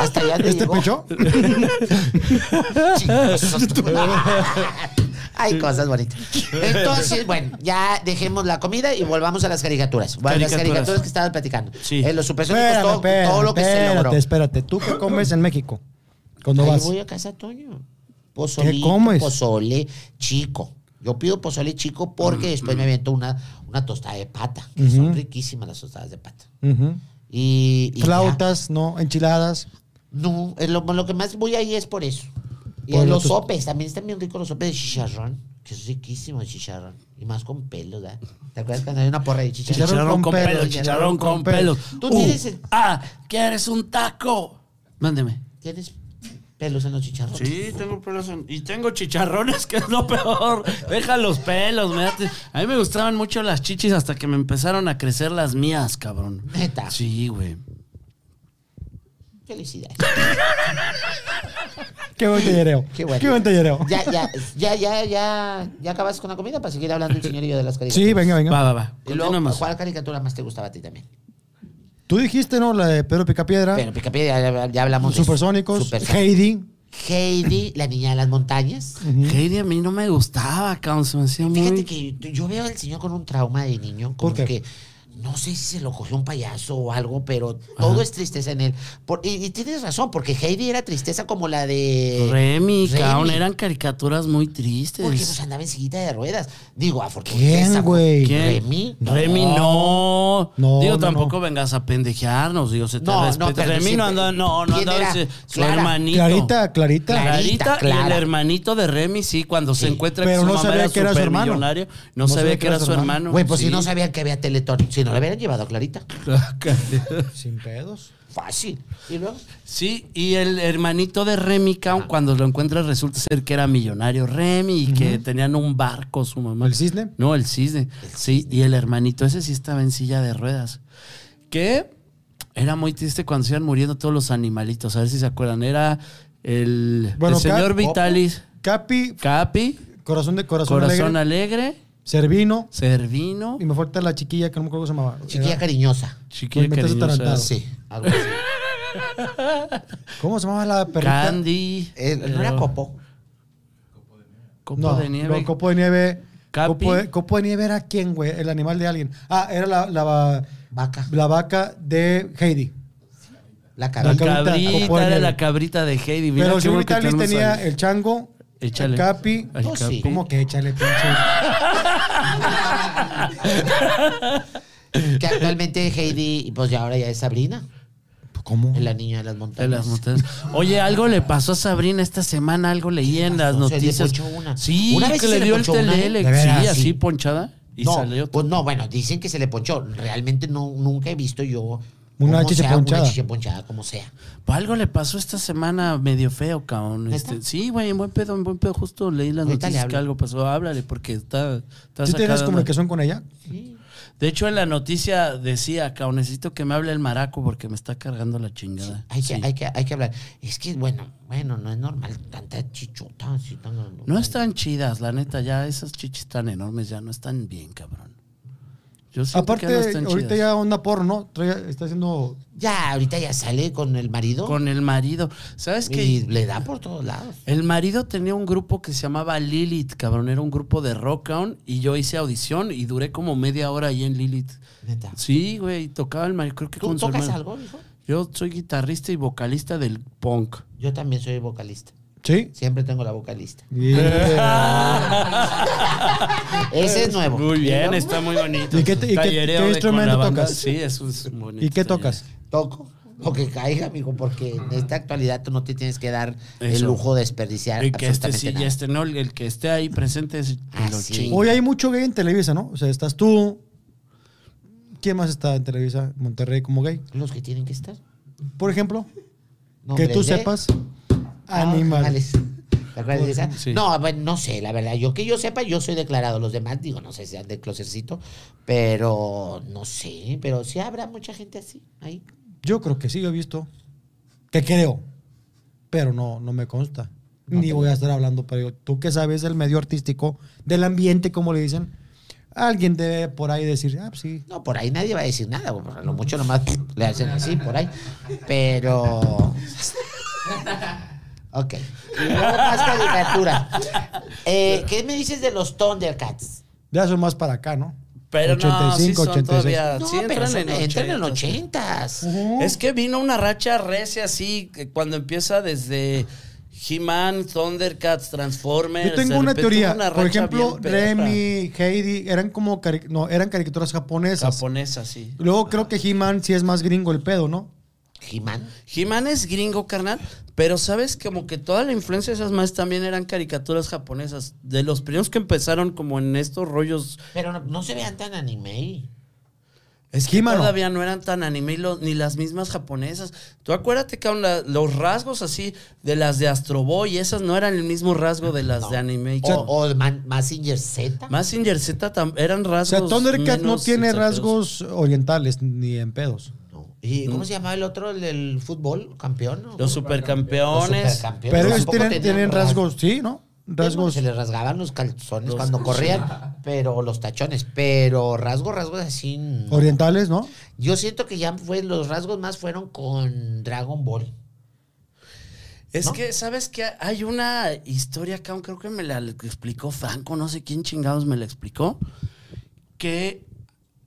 hasta allá te ¿Este llegó. pecho? Chingazo. Hay cosas bonitas. Entonces, bueno, ya dejemos la comida y volvamos a las caricaturas. Bueno, las Caricaturas. caricaturas que estabas platicando. Sí. Eh, los supersónicos, Espérame, todo, espérame, todo lo que se logró. espérate, espérate. ¿Tú qué comes en México? Cuando Ahí vas. voy a casa, Toño. Pozolito, comes? Pozole chico. Yo pido pozole chico porque después me aviento una, una tostada de pata. Que son riquísimas las tostadas de pata. Ujú. Y, y ya. Flautas, ¿no? Enchiladas. No, es lo, lo que más voy ahí es por eso. Y Por los otros- sopes, también están bien ricos los sopes de chicharrón, que es riquísimo el chicharrón. Y más con pelo, ¿verdad? ¿Te acuerdas cuando hay una porra de chicharrón? Chicharrón Chicharrón con con pelo, pelos, chicharrón con pelos. Tú Uh, tienes el- Ah, ¿quieres un taco? Mándeme. ¿Tienes pelos en los chicharrones? Sí, tengo pelos en- y tengo chicharrones, que es lo peor. Deja los pelos, me da- A mí me gustaban mucho las chichis hasta que me empezaron a crecer las mías, cabrón. Neta. Sí, güey. Felicidades. Qué buen tallereo. Qué bueno. Qué buen tallereo. Ya, ya, ya, ya, ya, ya acabas con la comida para seguir hablando el señor y yo de las caricaturas. Sí, venga, venga. Va, va, va. Y luego, Continuamos. ¿cuál caricatura más te gustaba a ti también? Tú dijiste, ¿no? La de Pedro Picapiedra. Bueno, Picapiedra, ya, ya hablamos. de eso. Ah. Supersónicos. Supersónicos. Heidi. Heidi, la niña de las montañas. Heidi a mí no me gustaba, cabrón. Se me hacía Fíjate muy... que yo veo al señor con un trauma de niño, como ¿Por qué? que no sé si se lo cogió un payaso o algo, pero todo es tristeza en él. Por- y, y tienes razón, porque Heidi era tristeza como la de Remy, cabrón. Remy. Eran caricaturas muy Porque pues tristes. andaba en sillita de ruedas. Digo, afortunadamente. ¿Quién, esa- güey? ¿Quién? Remy. Remy, no. No, Digo, no, tampoco no. vengas a pendejearnos. Digo, se te No, no, respeta. pero Remy no siempre- andaba... No, no ¿Quién andaba... era? ese- Su Clara. hermanito. Clarita, Clarita. Clara. Clarita, Clara. y el hermanito de Remy, sí, cuando se encuentra Pero que su no mamá sabía era que era su hermano. supermillonario, no, sabía que era su hermano. Güey, pues sí. si no sabían que había Teletón, si no la hubieran llevado a Clarita. Sin pedos. Fácil. Y luego, Sí, y el hermanito de Remy, cabrón, cuando lo encuentras resulta ser que era millonario Remy y que tenían un barco su mamá. ¿El cisne? No, el cisne. Sí, y el hermanito ese sí estaba en silla de ruedas. Que era muy triste cuando se iban muriendo todos los animalitos, a ver si se acuerdan. Era el, Bueno, el señor Cap- Vitalis, Capi, Capi, corazón de corazón, Corazón alegre. Alegre, Servino. Servino. Y me falta la chiquilla que no me acuerdo cómo se llamaba. chiquilla Era- cariñosa. Chiquilla Me metes cariñosa. atarantado. Sí, algo así. ¿Cómo se llamaba la perrita? Candy. Eh, no era Copo. Copo No, de nieve. no, copo de nieve. Capi. Copo de, copo de nieve era quién, güey? El animal de alguien. Ah, era la, la, Vaca. la vaca de Heidi. La la cabeza. cabrita, cabrita. copo de era nieve. la cabrita de Heidi. Mira Pero qué el señor bueno que Vitalis tenemos tenía a- el chango, Échale. Capi. Al Pues sí. Capi. ¿Cómo que échale, pinche? Que actualmente Heidi, pues ya ahora ya es Sabrina, Pues, ¿Cómo? la niña de las montañas. De las montañas. Oye, algo le pasó a Sabrina esta semana, algo leí en las pasó? Se le noticias. ponchó una. Sí, ¿Una vez que sí le se le dio el ponchó una? ¿eh? telele. De veras, sí, así sí. ponchada. Y no, salió. pues no, bueno, dicen que se le ponchó. Realmente no, nunca he visto yo Una cómo chiche sea, ponchada. Una chiche ponchada, como sea. Pues algo le pasó esta semana medio feo, cabrón. ¿Neta? Este, sí, güey, en buen pedo, en buen pedo. Justo leí las Ahorita le noticias hablo. que algo pasó. Háblale, porque está. está ¿Sí tienes sacada, ¿no? comunicación con ella? Sí. De hecho, en la noticia decía, cabrón, necesito que me hable el maraco porque me está cargando la chingada. Hay, Sí. que, hay, que, hay que hablar. Es que, bueno, bueno, no es normal tanta chichota. Así, tan, No están chidas, la neta, ya esas chichis tan enormes ya no están bien, cabrón. Yo siento Aparte, que ya no están ahorita chidas. ya onda porno, trae- está haciendo. Ya, ahorita ya sale con el marido Con el marido. ¿Sabes qué? y le da por todos lados. El marido tenía un grupo que se llamaba Lilith, cabrón. Era un grupo de rock on y yo hice audición y duré como media hora ahí en Lilith. Neta. Sí, güey, tocaba el marido. Creo que ¿Tú con su tocas hermano. algo, hijo? Yo soy guitarrista y vocalista del punk. Yo también soy vocalista. Sí. Siempre tengo la vocalista. Yeah. Ah. Ese es nuevo. Muy bien, está muy bonito. ¿Y qué te- y qué- Tallereo qué de instrumento con la banda. tocas? Sí, eso es bonito. ¿Y qué tocas? Toco lo que caiga, amigo, porque en esta actualidad tú no te tienes que dar el Eso. lujo de desperdiciar Y que este absolutamente sí, y nada. este no, el el que esté ahí presente es que Ah, lo sí. chingue. Hoy hay mucho gay en Televisa, ¿no? O sea, estás tú. ¿Quién más está en Televisa, Monterrey, como gay? Los que tienen que estar. Por ejemplo, que Nombres tú de- sepas. Ah, Animal. ¿Te acuerdas de esa? Sí. No, bueno, no sé, la verdad. Yo que yo sepa, yo soy declarado. Los demás, digo, no sé si han de closercito, pero no sé. Pero sí habrá mucha gente así ahí. Yo creo que sí, yo he visto. Que creo. Pero no, no me consta. Ni voy a estar hablando, pero yo- tú que sabes del medio artístico, del ambiente, como le dicen, alguien debe por ahí decir, ah, pues sí. No, por ahí nadie va a decir nada. güey, Por lo mucho nomás le hacen así, por ahí. Pero. Ok. Y luego más caricatura. Eh, ¿Qué me dices de los Thundercats? Ya son más para acá, ¿no? Pero no, sí 85, son 86. todavía... No, sí pero son- Ah, entran en ochentas. los ochentas. Es que vino una racha recia así, que cuando empieza desde He-Man, Thundercats, Transformers. Yo tengo de una repente teoría. hubo una por racha ejemplo, bien perra, Remy, Heidi, eran como cari- no, eran caricaturas japonesas. Japonesa, sí. Luego creo que He-Man sí es más gringo el pedo, ¿no? He-Man. He-Man es gringo, carnal, pero sabes como que toda la influencia de esas más también eran caricaturas japonesas. De los primeros que empezaron como en estos rollos, Pero no, no se vean tan anime. es que He-Man, ¿no? todavía no eran tan anime y lo- ni las mismas japonesas. Tú acuérdate que aún la- los rasgos así de las de Astro Boy, esas no eran el mismo rasgo de las de anime. O, o de Man- Mazinger Z. Mazinger Z tam- eran O sea, rasgos. Thundercat no menos tiene exagerados. rasgos orientales ni en pedos. No. ¿Y cómo se llamaba el otro, el del fútbol? ¿Campeón? no? Los Los supercampeones. supercampeones. Pero ellos Tampoco tienen, tenían tienen rasgos. rasgos, sí, ¿no? Rasgos. Se les rasgaban los calzones cuando corrían, pero los tachones, pero rasgos, rasgos así. no. Orientales, ¿no? Yo siento que ya fue, los rasgos más fueron con Dragon Ball. Es ¿no? que, ¿sabes qué? Hay una historia acá, creo que me la explicó Franco, no sé quién chingados me la explicó, que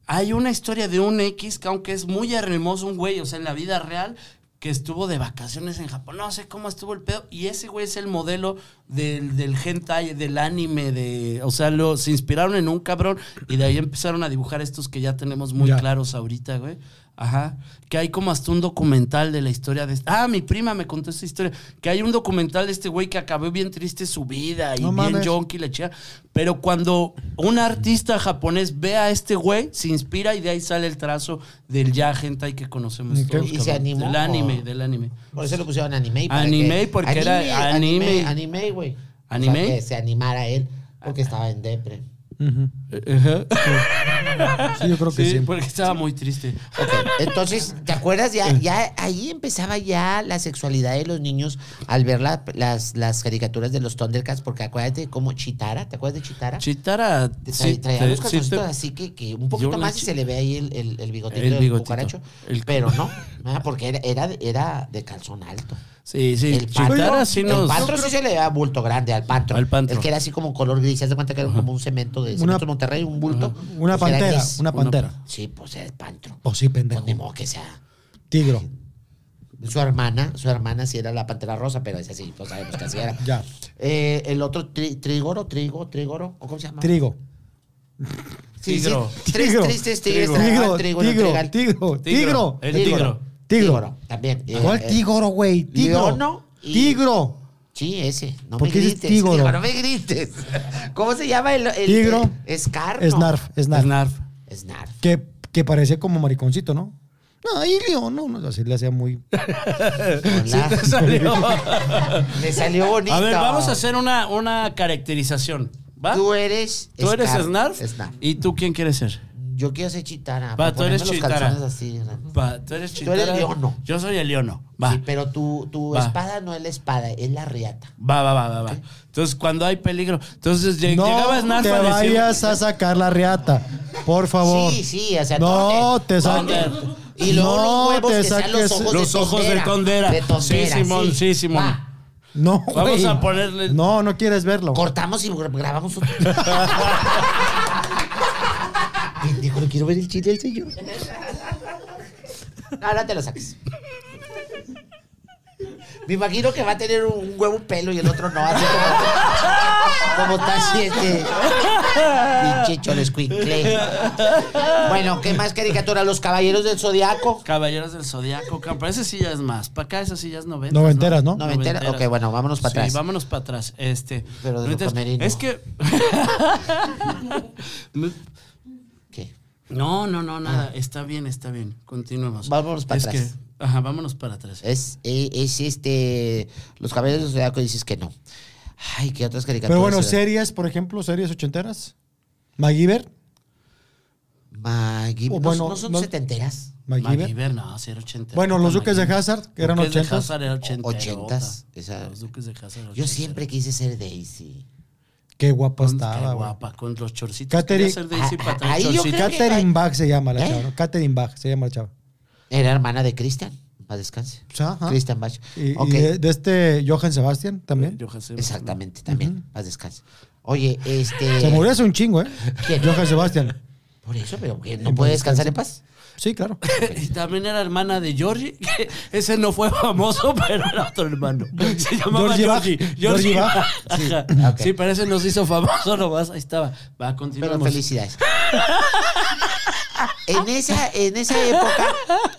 hay una historia de un X que aunque es muy hermoso un güey, o sea, en la vida real, que estuvo de vacaciones en Japón, no sé cómo estuvo el pedo, y ese güey es el modelo del, del hentai, del anime, de, o sea, lo, se inspiraron en un cabrón y de ahí empezaron a dibujar estos que ya tenemos muy Ya. claros ahorita, güey. Ajá, que hay como hasta un documental de la historia de este. Ah, mi prima me contó esta historia. Que hay un documental de este güey que acabó bien triste su vida y No bien mames. yo Funky, la chingada. Pero cuando un artista japonés ve a este güey, se inspira y de ahí sale el trazo del ya hentai que conocemos Ok. todos. ¿Y se cabrón. animó? Del anime, del anime. Por eso le pusieron anime. para Anime, que- porque era anime. Anime, anime, güey. O sea, ¿Anime? que se animara él, porque estaba en depre. Sí, yo creo que Eh, sí. pues, Sí, porque estaba muy triste. Ok, entonces, ¿te acuerdas? Ya, ya ahí empezaba ya la sexualidad de los niños al ver la- las, las caricaturas de los Thundercats, porque acuérdate como Chitara, ¿te acuerdas de Chitara? Chitara. Ah. Te sí, trae- traía te- los sí, calzoncitos te- así que, que un poquito Yo más la y chi- se le ve ahí el, el, el bigotito El del bigotito. cucaracho. El- Pero no, ah, porque era, era, era de calzón alto. Sí, sí. El Chitara pantro, sí el nos. pantro sí se le da bulto grande al pantro. Al pantro. El que era así como color gris, haz de cuenta que era como un cemento de cemento de Monterrey, un bulto. Una Pues era pantera, gris. una pantera. Sí, pues era el pantro. O sí, pendejo. Pues ni modo que sea. Tigro. Su hermana, su hermana sí era la pantera rosa, pero esa sí, no sabemos que así era. Ya. Eh, el otro, tri- Trigoro, Trigo, Trigoro, ¿o ¿cómo se llama? Trigo. Sí, sí. Tigro. Tres Tigro. tristes tigres Tigro, trabajaban trigo en un tigro, trigal. tigro, tigro. El tigro. Tigro. Tigro, también. Eh, ¿Cuál eh, tigro, güey? Tigro. Leono y- Tigro. Sí, ese. No ¿Por me qué dices grites. tigro? Digo, no me grites. ¿Cómo se llama el. el Tigro. el escarno. Snarf, snarf. Snarf. Snarf. Que, que parecía como mariconcito, ¿no? No, y León, no, no, así le hacía muy. Hola. Te salió. Me salió bonito. A ver, vamos a hacer una, una caracterización. ¿Va? Tú eres. Tú eres Snarf. Snarf. ¿Y tú quién quieres ser? Yo quiero ser chitara. Va, para tú eres ponerme los chitara. calzones así. ¿no? Va, tú eres Tú eres Chitara. Leono. Yo soy el leono. Va. Sí, pero tu, tu Va. espada no es la espada, es la riata. Va, va, va, va, va. Entonces, cuando hay peligro. Entonces, lleg- llegaba No Snarf te a decir- vayas a sacar la riata, por favor. Sí, sí, o sea, No ¿dónde? te saques. ¿Dónde? Y luego no los huevos te que sean los ojos Los de ojos de tondera. tondera. De tondera, Sí, Simón, sí, Simón. Va. No, Vamos güey. a ponerle- No, no quieres verlo. Cortamos y gra- grabamos otro. Pendejo, no quiero ver el chile del señor. No, no te lo saques. Me imagino que va a tener un un huevo un pelo y el otro no, así como, como está así este. Pinche cholo escuincle. Bueno, ¿qué más caricatura? Los caballeros del zodiaco. Caballeros del Zodíaco, campo. Ese sí ya es más. Para acá, esas sí ya es noventas. Noventeras, ¿no? Noventera. Ok, bueno, vámonos pa' atrás. Sí, vámonos para atrás. Este. Pero de lo noventeras. camerino. Es que. ¿Qué? no, no, no, nada. Está bien, está bien. Continuemos. Vámonos pa' Es atrás. que- ajá, vámonos para atrás. Es, eh, es este. Los caballeros del zodiaco dices que no. Ay, qué otras caricaturas. Pero bueno, eran? series, por ejemplo, series ochenteras. MacGyver. Maggie, O ¿no- bueno, ¿no, son no- setenteras? MacGyver. MacGyver, no, sí era ochentero. Bueno, los Duques de MacGyver. Hazard, que eran Duques de ochentas. Hazard era ochenterota. Ochentas, esa- Los Duques de Hazard era Yo ochentero. siempre quise ser Daisy. Qué guapa Con- estaba, Pues, qué güey. guapa, con los chorcitos. Catherine- Quería ser Daisy Ah, para ah, traer ahí yo chorcitos. creo que- Catherine Bach se llama la ¿Eh? chava, ¿no? Catherine Bach se llama la chava. Era hermana de Christian. Más descanse. O sea, ajá. Christian Bach. Y, y Ok, de, de este Johan Sebastian también. Yo, José, Exactamente, también. Más descanse. Oye, este. Se murió hace un chingo, ¿eh? ¿Quién? Johan Sebastian. Por eso, pero que En no puede paz descansar en paz. Sí, claro. Y también era hermana de Georgie, que ese no fue famoso, pero era otro hermano. Se llamaba Georgie Bach. Georgie. Georgie, Georgie Bach. Ah, Bach. Ajá. Sí, ok. pero ese nos hizo famoso nomás. Ahí estaba. Va, Pero continuamos. felicidades. En esa, en esa época,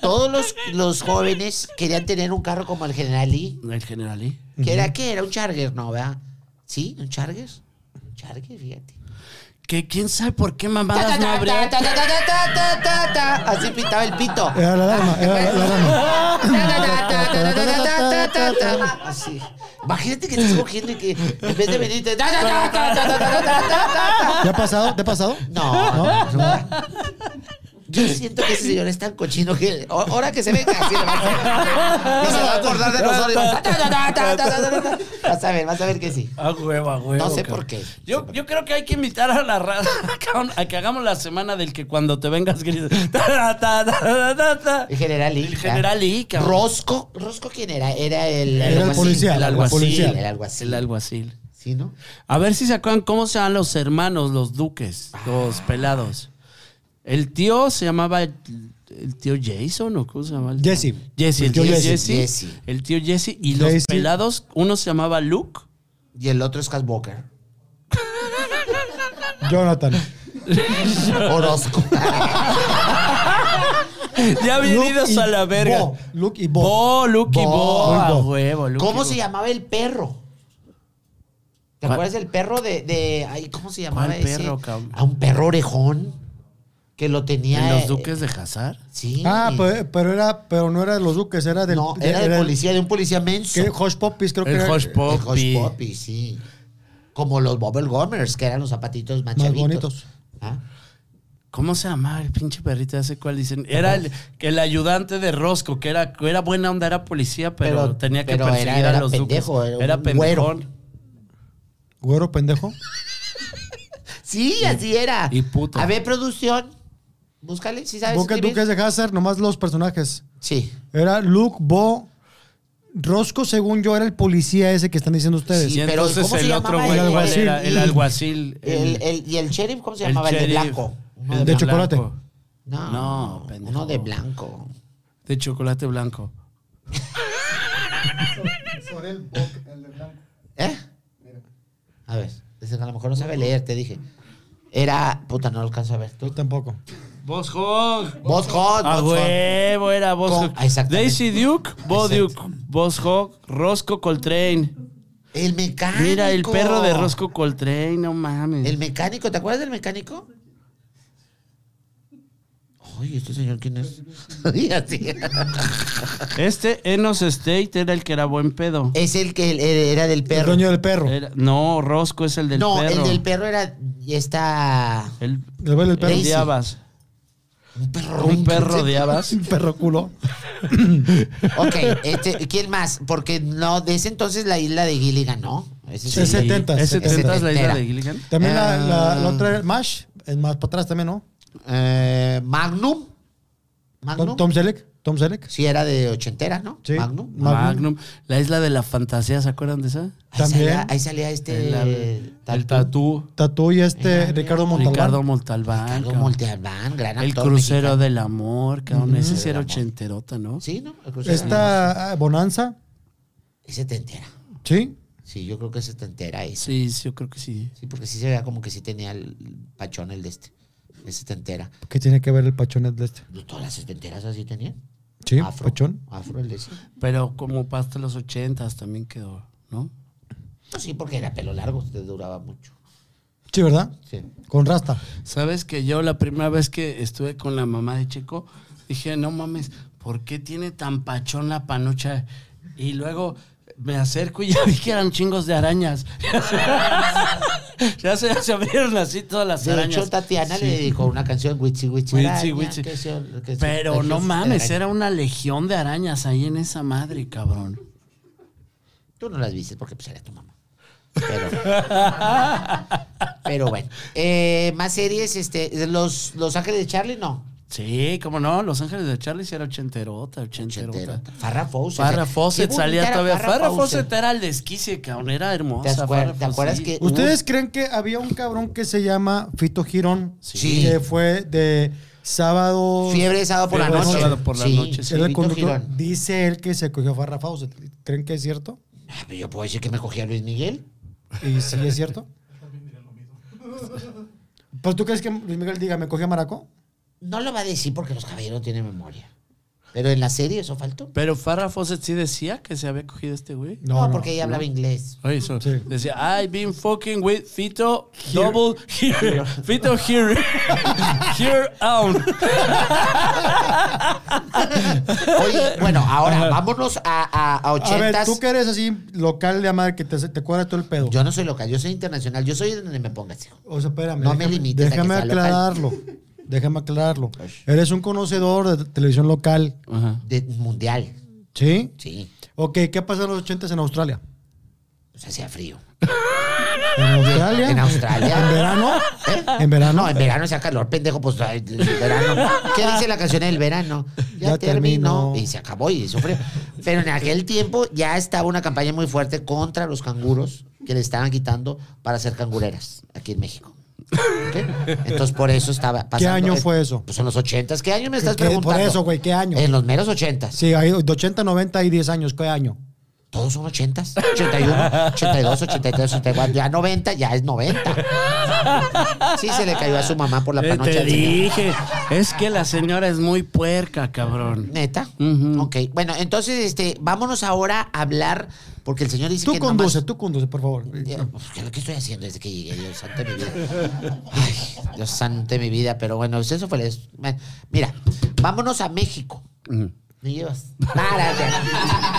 todos los, los jóvenes querían tener un carro como el General Lee. El general, ¿eh? ¿Qué era qué? Era un Charger, ¿no? ¿Verdad? Sí, un Charger. Un Charger, fíjate. Que quién sabe por qué Ta, ta, mamadas no ta, habría. ta, ta, ta, ta, ta, ta, ta. Así pintaba el pito. Era la alarma, era la, la alarma. Ta, ta, ta, ta, ta, ta, ta, ta, ta, ta. Así. Imagínate que estás cogiendo y que en vez de venirte. ta, ta, ta, ta, ta, ta, ta, ta, ta, ta. ¿Te ha pasado? ¿Te ha pasado? No, no, no. Yo siento que ese señor es tan cochino que o- ahora que se venga así le va a hacer. Y se va a acordar de nosotros. y va a- ta, ta, ta, ta, ta, ta, ta, ta. Vas a ver, vas a ver que sí. A Ah, huevo, a huevo. No sé cabrón. por qué. Yo, yo creo que hay que invitar a la raza cabrón, a que hagamos la semana del que cuando te vengas grites. ta, ta, ta, ta, ta, ta. El general Lee. El general Lee, cabrón. Rosco. ¿Rosco quién era? Era el, Era el policía, El el alguacil. policía. El alguacil. El alguacil. Sí, ¿no? A ver si se acuerdan cómo se llaman los hermanos, los duques, los Ah. pelados. El tío se llamaba el, el tío Jason o cómo se llamaba? Jesse. Jesse, el tío Jesse. Jesse. El tío Jesse y Jesse. los pelados, uno se llamaba Luke. Y el otro es Cal Walker. Jonathan. Orozco. Ya bienvenidos Luke y a la verga. Bo, Luke y Bo. Bo, Luke y Bo, Ah, Bo. a Bo. huevo, Luke y ¿Cómo Bo. se llamaba el perro? ¿Te ¿Cuál? acuerdas del perro de, de- ay, ¿cómo se llamaba ¿Cuál ese? perro, cabrón? A un perro orejón que lo tenía ¿En los eh, duques de Hazard? Sí. Ah, pero, pero era, pero no era de los duques, era del. no, era de el- policía, de un policía menso. que Hush Poppies, creo que El era. Hush El Hush Poppy. Poppy, sí. Como los Bubble Gomers, que eran los zapatitos más, Más chavitos. bonitos. Ah. ¿Cómo se llamaba el pinche perrito? ¿Hace cuál dicen? Era el, que el ayudante de Rosco, que era, que era buena onda, era policía, pero, Pero- tenía que pero era- perseguir era a los pendejo, duques. era Era un güero. pendejón Güero pendejo. Sí, así era. y puto. A ver, producción. Búscale, si sabes. Busca el escribir? Duques de Hazard, nomás los personajes. Sí. Era Luke, Bo. Rosco, según yo, era el policía ese que están diciendo ustedes. Y Sí, pero entonces ¿cómo se el llamaba otro el- güey, ¿cuál el- era? el el- alguacil. El- el- ¿Y el sheriff cómo se el llamaba? El, de sheriff, blanco. Uno el de de blanco. chocolate. blanco, No, No, pendejo. uno de blanco. De chocolate blanco. Sobre el boc, el de blanco. ¿Eh? Mira. A ver, es que a lo mejor no sabe leer, te dije. Era. Puta, no lo alcanzo a ver. Tú ¿Tú? tampoco. Boss Hog. Boss Hog, A Ah, Boss Hog. huevo era Boss Con- Hog. Ah, exactamente. Daisy Duke, Bo Exacto. Duke, Boss Hog, Rosco Coltrane. El mecánico. Mira, el perro de Rosco Coltrane, no mames. El mecánico, ¿te acuerdas del mecánico? Oye, ¿este señor quién es? Y así. Este Enos State era el que era buen pedo. es el que el- era del El perro. dueño del perro. Era- no, Rosco es el del no, perro. el del perro era. y Está. El, El dueño del perro. el de Abas. Un perro. Un perro de Abas. Un perro culo. Ok, este, ¿quién más? Porque no, de ese entonces la isla de Gilligan, ¿no? Ese Sí, Es sí. 70s. Es 70s la isla Setentera. de Gilligan. También la, la- Ah. la otra, Mash, es más para atrás también, ¿no? Eh, Magnum. Tom, Magnum. Tom Selleck. Tom Selleck. Sí, era de ochentera, ¿no? Sí. Magnum. Magnum. Magnum. La isla de la fantasía, ¿se acuerdan de esa? Ahí salía, También. ahí salía este. El, el tatú. Tatú y este Ricardo Montalbán. Ricardo Montalbán. Algo cabrón. Montalbán, gran el actor crucero mexicano. del amor, cabrón. Ese sí era Del amor. ochenterota, ¿no? Sí, ¿no? El crucero del amor. Esta ah, Bonanza. Ese te entera. Sí. Sí, yo creo que ese te entera ese. Sí, sí, yo creo que sí. Sí, porque sí se veía como que sí tenía el pachón el de este. Ese te entera. ¿Qué tiene que ver el pachonet de este? No, Todas las setenteras así tenían. Sí, afro, pachón. Afro el de ese. Pero como hasta los ochentas también quedó, ¿no? No, sí, porque era pelo largo, te duraba mucho. Sí, ¿verdad? Sí. Con rasta. Sabes que yo la primera vez que estuve con la mamá de Checo, dije, no mames, ¿por qué tiene tan pachón la panucha? Y luego me acerco y ya vi que eran chingos de arañas. ya, se, ya se abrieron así todas las De arañas. hecho, Tatiana le dedicó una canción, Witchy Witchy. Witchy, araña, witchy. que se- que se- Pero que no se- mames, araña. era una legión de arañas ahí en esa madre, cabrón. Tú no las viste porque pues era tu mamá. Pero, pero bueno. Eh, más series, este, los, los Ángeles de Charlie, no. Sí, cómo no, Los Ángeles de Charlie sí era ochenterota, ochenterota. Ochentero. Farrah Fawcett. Farrah Qué Fawcett bonita salía era todavía. Farrah Fawcett. Fawcett era el desquicie, cabrón, era hermosa. ¿Te acuer- Farrah te acuerdas Fawcett. que- Eh, Hubo- ¿Ustedes creen que había un cabrón que se llama Fito Girón? Sí. Que fue de sábado. Fiebre de sábado por Fiebre la de noche. sábado por la Sí, noche, sí. Era el Vito conductor. Girón. Dice él que se cogió a Farrah Fawcett. ¿Creen que es cierto? Ah, pero Yo puedo decir que me cogí a Luis Miguel. ¿Y sí es cierto? ¿Pero tú crees que Luis Miguel diga, me cogió a Maracó? No lo va a decir porque los caballeros tienen memoria. Pero en la serie eso faltó. Pero Farrah Fawcett sí decía que se había cogido este güey. No, porque ella hablaba inglés. Oye, eso, Sí. decía, I've been fucking with Fito Double Here. Fito Here. here on. Oye, bueno, ahora vámonos a, a, a A ver, ochentas. tú que eres así local de amar que te, te cuadra todo el pedo. Yo no soy local, yo soy internacional. Yo soy de donde me pongas, hijo. O sea, espérame. No me déjame, limites a que déjame sea local. aclararlo. Déjame aclararlo. Eres un conocedor de t- televisión local, Ajá. De mundial. ¿sí? Sí. Ok, ¿qué pasa en los 80 en Australia? O sea, hacía frío. ¿En Australia? Ah, En Australia. ¿En verano? ¿Eh? ¿En verano? No, en verano hacía calor, pendejo, pues ay, en verano. ¿Qué dice la canción del verano? Ya, Ya terminó. terminó. Y se acabó y sufrió. Pero en aquel tiempo ya estaba una campaña muy fuerte contra los canguros que le estaban quitando para hacer cangureras aquí en México. ¿Ok? Entonces por eso estaba pasando. año eh, fue eso? Pues en los ochentas. ¿Qué año me estás ¿Qué- qué- por preguntando? eso, güey, ¿qué año? En los meros ochentas. Sí, hay de 80, 90 y 10 años, ¿qué año? Todos son 80, 81, 82, 83, 84. Ya 90, ya es 90. Sí, se le cayó a su mamá por la Eh, panocha. te al señor. dije, es que la señora es muy puerca, cabrón. Neta. Ujú. Ok. Bueno, entonces, este, vámonos ahora a hablar, porque el señor dice Tú que. conduce, tú conduce, por favor. nomás- Uf, ¿Qué qué estoy haciendo desde que llegué? Dios santo de mi vida. Ay, Dios santo de mi vida. Pero bueno, pues eso fue. les- bueno, Mira, vámonos a México. Ujú. Me llevas. Párate.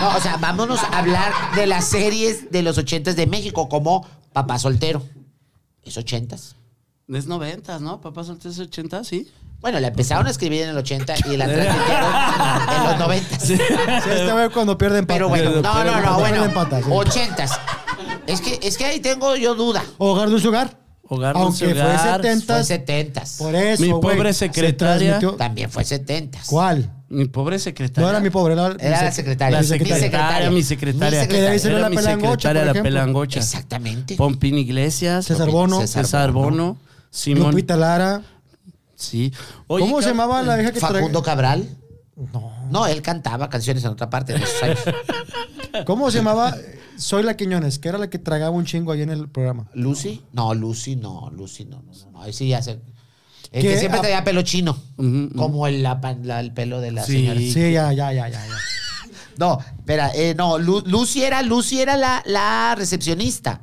No, o sea, vámonos a hablar de las series de los ochentas de México, como Papá Soltero. Es ochentas. Es noventas, ¿no? Papá soltó es ochenta, sí. Bueno, la empezaron a escribir en el 80 y la transmitieron en los 90. Sí, este güey cuando pierden patas. Pero bueno, no, no, no, Cuando bueno. pierden patas, sí. Ochentas. Es que, es que ahí tengo yo duda. Hogar de un hogar. Hogar de un Aunque hogar, fue 70. Fue setentas. Por eso, Mi güey, pobre secretaria. se transmitió- También fue setentas. ¿Cuál? Mi pobre secretaria. No era mi pobre, era, Era la secretaria. La Mi secretaria, secretaria. mi secretaria. Mi Era secretaria. mi Que le dicen la pelangocha, secretaria, por la ejemplo. pelangocha. Exactamente. Pompín Iglesias. César Bono. César, Bono. Simón. Lupita Lara. Sí. Oye, ¿Cómo se cabrón, llamaba la vieja que traía? Facundo Cabral. No. No, él cantaba canciones en otra parte de esos años. ¿Cómo se llamaba? Soy la Quiñones, que era la que tragaba un chingo ahí en el programa. ¿Lucy? No, Lucy no, Lucy no, no, no, no. Ahí sí ya se. El ¿Qué? que siempre Ah. traía pelo chino, Ujú, ujú. como el, la pan- la- el pelo de la Sí. señora. ¿Y Sí, ya, ya, ya, ya. ya. No, espera, eh, no, Lu- Lucy era, Lucy era la, la recepcionista.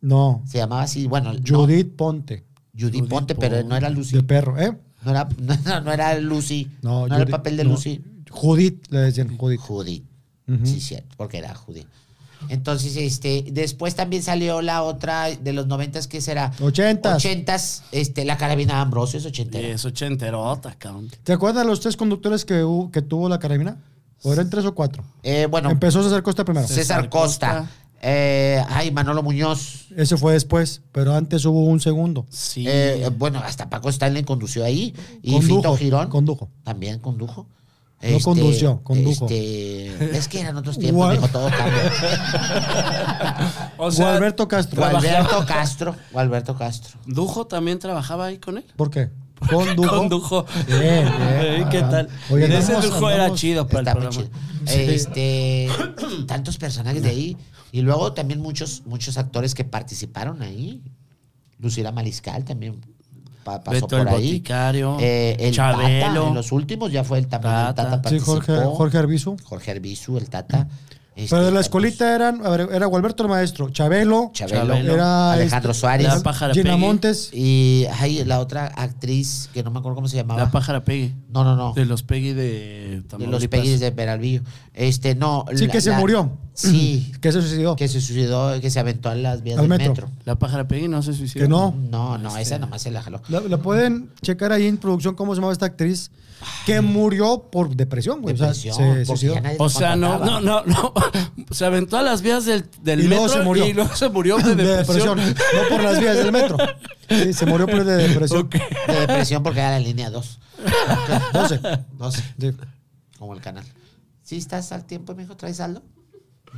No. Se llamaba así, bueno, no, Judy, Judith Ponte, Judith Ponte, pero no era Lucy. de perro, ¿eh? No era, no, no- no era Lucy. No, No, era el Judith- papel de no, Lucy. Judith, le decían Judith. Judy. Ujú. Sí, cierto, porque era Judy. Entonces, este, después también salió la otra de los noventas, ¿qué será? Ochentas. Ochentas, este, la carabina de Ambrosio es ochenta. Sí, es ochenterota, cabrón. ¿Te acuerdas de los tres conductores que, hubo- que tuvo la carabina? ¿O eran tres o cuatro? Eh, bueno, Empezó César Costa primero. César César Costa. Costa. Eh, ay, Manolo Muñoz. Ese fue después, pero antes hubo un segundo. Sí. Eh, bueno, hasta Paco Stanley condució ahí. Y Condujo, Fito Girón condujo. también condujo. No condució, condujo. este, es que eran otros tiempos, Gual- dijo todo cambia. o sea, Gualberto Castro. Gualberto Castro, Gualberto Castro. Dujo también trabajaba ahí con él. ¿Por qué? Condujo. Condujo. Bien, bien. Ey, ¿Qué tal? Oye, Ese andamos- Dujo era andamos- chido para Está el muy programa. chido. Este, tantos personajes de ahí. Y luego también muchos, muchos actores que participaron ahí. Lucila Mariscal también pa- pasó Beto por el ahí. Boticario, Eh, el Chabelo. Tata, en los últimos ya fue el también el Tata. Tata Sí, participó. Jorge, Jorge Arbizu. Jorge Arbizu, el Tata. Este, Pero de la tantos- escuelita eran, a ver, era Gualberto el maestro, Chabelo, Chabelo, Chabelo. Era Alejandro este- Suárez. La Pájara Gina Peggy. Montes, Y hay la otra actriz que no me acuerdo cómo se llamaba. La pájara Peggy. No, no, no. De los Peggy de De Tamaulipas. los Peggy de Peralvillo. Este, no. Sí, que se murió. Sí. que se suicidó. que se suicidó, que se aventó a las vías del Al metro. metro. La pájara Peggy no se suicidó. Que no. Este, No, no, esa nomás se la jaló. La, la pueden checar ahí en producción cómo se llamaba esta actriz que murió por depresión, güey. pues, O sea, Depresión, se porque suicidó. ya nadie O la sea, no, contrataba. no, no, no. Se aventó a las vías del, del Y metro luego se murió. y luego se murió de De depresión. depresión. No por las vías del metro. Sí, se murió por de depresión. Ok. De depresión porque era la línea 2. No sé. 12, Sí. como el canal. ¿Sí estás al tiempo, mijo? ¿Traes saldo?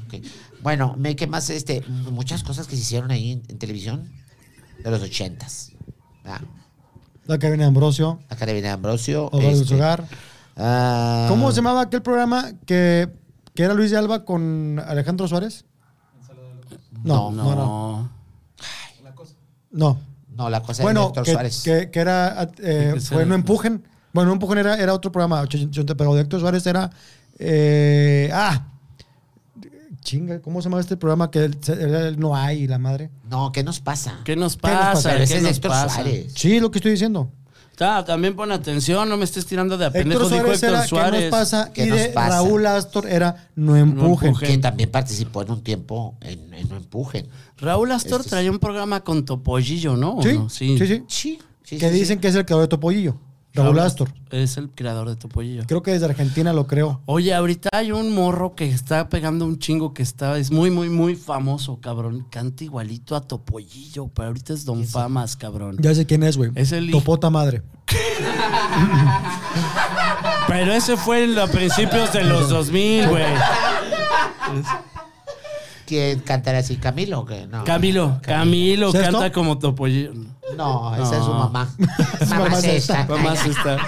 Ok. Bueno, me ¿qué más? Este, muchas cosas que se hicieron ahí en, en televisión de los ochentas. Ah, La cabina de Ambrosio, la carabina de Ambrosio. Obra del este, Hogar. ah, ¿Cómo se llamaba aquel programa que, que era Luis de Alba con Alejandro Suárez? No, no, no. No. No, la cosa de Bueno, Héctor que, Suárez. que, que era. Sí, eh, que fue sea- No Empujen. Bueno, No Empujen era, era otro programa, 80, pero de Héctor Suárez era. eh, ah. Chinga, ¿cómo se llama este programa que el- se- era el No Hay y la madre? No, ¿qué nos pasa? ¿Qué nos nos pasa? pasa? Pero ese ¿Qué es de nos Héctor pasa? Suárez. Sí, lo que estoy diciendo. Ta, también pon atención, no me estés tirando de a pendejo, Héctor dijo Suárez Héctor era Suárez. ¿Qué nos pasa? ¿Qué y nos de pasa? Raúl Astor era No Empujen. Empujen. que también participó en un tiempo en, en No Empujen. Raúl Astor Este es- traía un programa con Topollillo, ¿no? ¿O ¿Sí? no? sí, sí, Sí. sí, Que sí, sí. dicen que es el creador de Topollillo. Raúl Astor. Es el creador de Topollillo. Creo que desde Argentina lo creo. Oye, ahorita hay un morro que está pegando un chingo que está, es muy, muy, muy famoso, cabrón. Canta igualito a Topollillo, pero ahorita es Don Famas, cabrón. Ya sé quién es, güey. Es el- Topota madre. Pero ese fue el- a principios de los 2000, güey. ¿Quién cantará así? ¿Camilo? o qué? No. Camilo, Camilo ¿Sexto? canta como Topollillo. No, esa es su No. mamá. mamá mamá sexta. sexta. Famas está.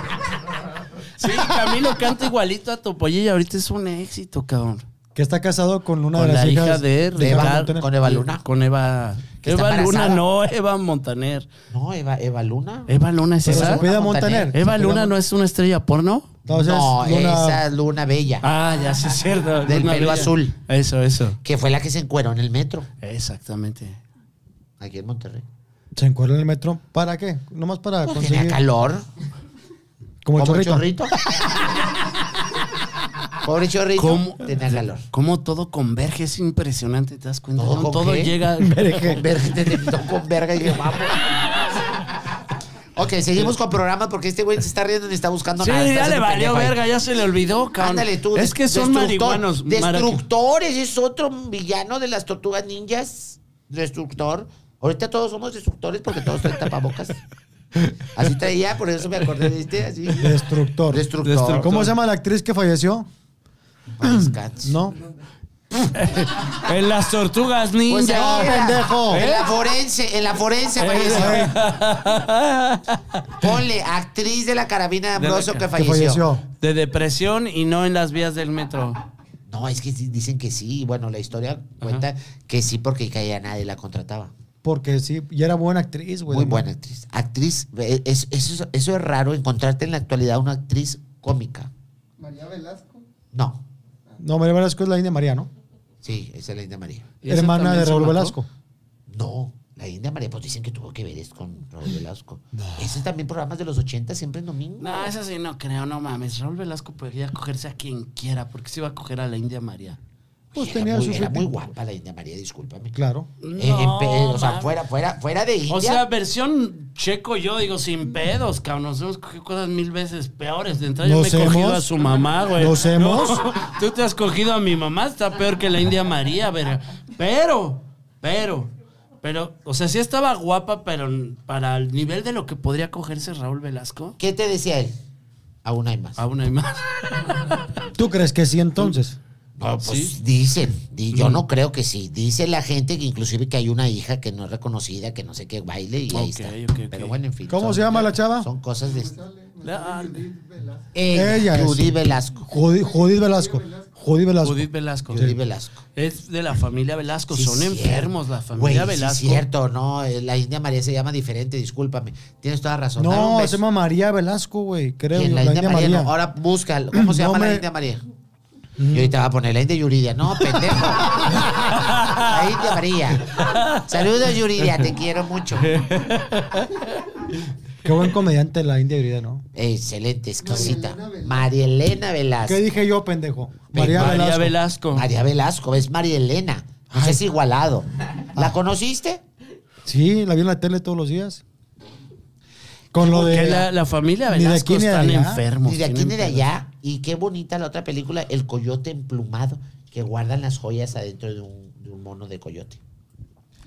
Sí, Camilo canta igualito a Topollillo, ahorita es un éxito, cabrón. Que está casado con una Con de las la hijas hija de Eva Ricardo. Montaner. Con Eva Luna. Con Eva. Que está Eva Luna, embarazada. no, Eva Montaner. No, Eva, Eva Luna. Eh, Eva Luna es Pero se esa. Eva apellida Montaner. Montaner. Eva Luna no es una estrella porno. Entonces, no, Luna- esa es Luna Bella, Ah, ya sí es cierto. Del Luna pelo Bella. azul. Eso, eso. que fue la que se encueró en el metro, Exactamente. aquí en Monterrey. Se encuentra en el metro. ¿Para qué? Nomás para Pues tenía conseguir. calor. Como el Como el chorrito. chorrito. Pobre chorrito. ¿Cómo? Tenía calor. Cómo todo converge, es impresionante, ¿te das cuenta? ¿Todo Todo, con todo qué? llega. Con verga, te invitó con verga y dije, vamos. Ok, seguimos con programa porque este güey se está riendo ni está buscando Sí, nada. está ya le haciendo valió pendejo ahí. verga, ya se le olvidó, cabrón. Ándale tú. Es que son destructor- marihuanos. mara- Destructores es otro villano de las tortugas ninjas. Destructor. Ahorita todos somos destructores porque todos traen tapabocas. Así traía, por eso me acordé de este. Así. Destructor. Destructor. Destructor. ¿Cómo se llama la actriz que falleció? Ay, descanso. No. En las tortugas Pues ninja. ahí era. pendejo. ¿Eh? Eh, En la forense, en la forense falleció. Ponle, actriz de la carabina de De la Ambrosio ca- que Que falleció. falleció. de depresión y no en las vías del metro. No, es que di- dicen que sí. Bueno, la historia cuenta que sí porque ya nadie la contrataba. Porque sí, y era buena actriz, güey. Muy buena actriz. Actriz, eh, es- eso, es- eso es raro, encontrarte en la actualidad una actriz cómica. María Velasco. No, No, María Velasco es la India María, ¿no? sí, esa es la India María. ¿Y ese Hermana también de se Raúl mató? Velasco. No, la India María, pues dicen que tuvo que ver es con Raúl Velasco. Esos también programas de los 80, siempre en domingo. No, eso sí no creo, no mames. Raúl Velasco podría cogerse a quien quiera, porque se iba a coger a la India María. Pues Era tenía muy- su Era muy fiti- guapa la India María, discúlpame. Claro. No, Eh, en pe- o sea, mames. fuera, fuera, fuera de India. O sea, versión checo yo, digo, sin pedos, cabrón. Nos hemos cogido cosas mil veces peores. De entrada yo me ¿Nos he cogido hemos? a su mamá, güey. ¿Nos No, hemos? tú te has cogido a mi mamá, está peor que la India María, verga. Pero, pero, pero, o sea, sí estaba guapa, pero para el nivel de lo que podría cogerse Raúl Velasco, ¿Qué te decía él? Aún hay más. aún hay más. ¿Tú crees que sí entonces? No, pues ah, Sí. dicen, di- yo no creo que sí. Dice la gente que inclusive que hay una hija que no es reconocida, que no sé qué baile y ahí Ok, está. ok, ok. Pero bueno, en fin. ¿Cómo se llama la chava? Son cosas de Sale La- ah, Judith Velasco. ella, Ella es. Judy Velasco. Judith, Judith Velasco. Judith Velasco. Judith Velasco. Judy Velasco. Es de la familia Velasco, Sí, son cierto. enfermos la familia Güey, sí, Velasco. cierto, no, eh, la India María se llama diferente, discúlpame. Tienes toda razón. Dale un No, beso. se llama María Velasco, güey. Creo ¿Quién? yo, la, India María. Mm. no. Ahora busca, ¿cómo se No llama la me- India María? Y ahorita va a poner la India Yuridia. No, pendejo. la India María. Saludos, Yuridia, te quiero mucho. Qué buen comediante la India Brida, ¿no? Excelente, exquisita. María Elena Velasco. María Elena Velasco. ¿Qué dije yo, pendejo? María, María, Velasco. Velasco. María Velasco, es María Elena. No seas igualado. ¿La conociste? Sí, la vi en la tele todos los días. Con lo Porque de. la, la familia ni de Velasco aquí ni de están allá. enfermos. Ni de aquí tienen ni de pedos. allá. Y qué bonita la otra película, El Coyote Emplumado, que guardan las joyas adentro de un, de un mono de coyote.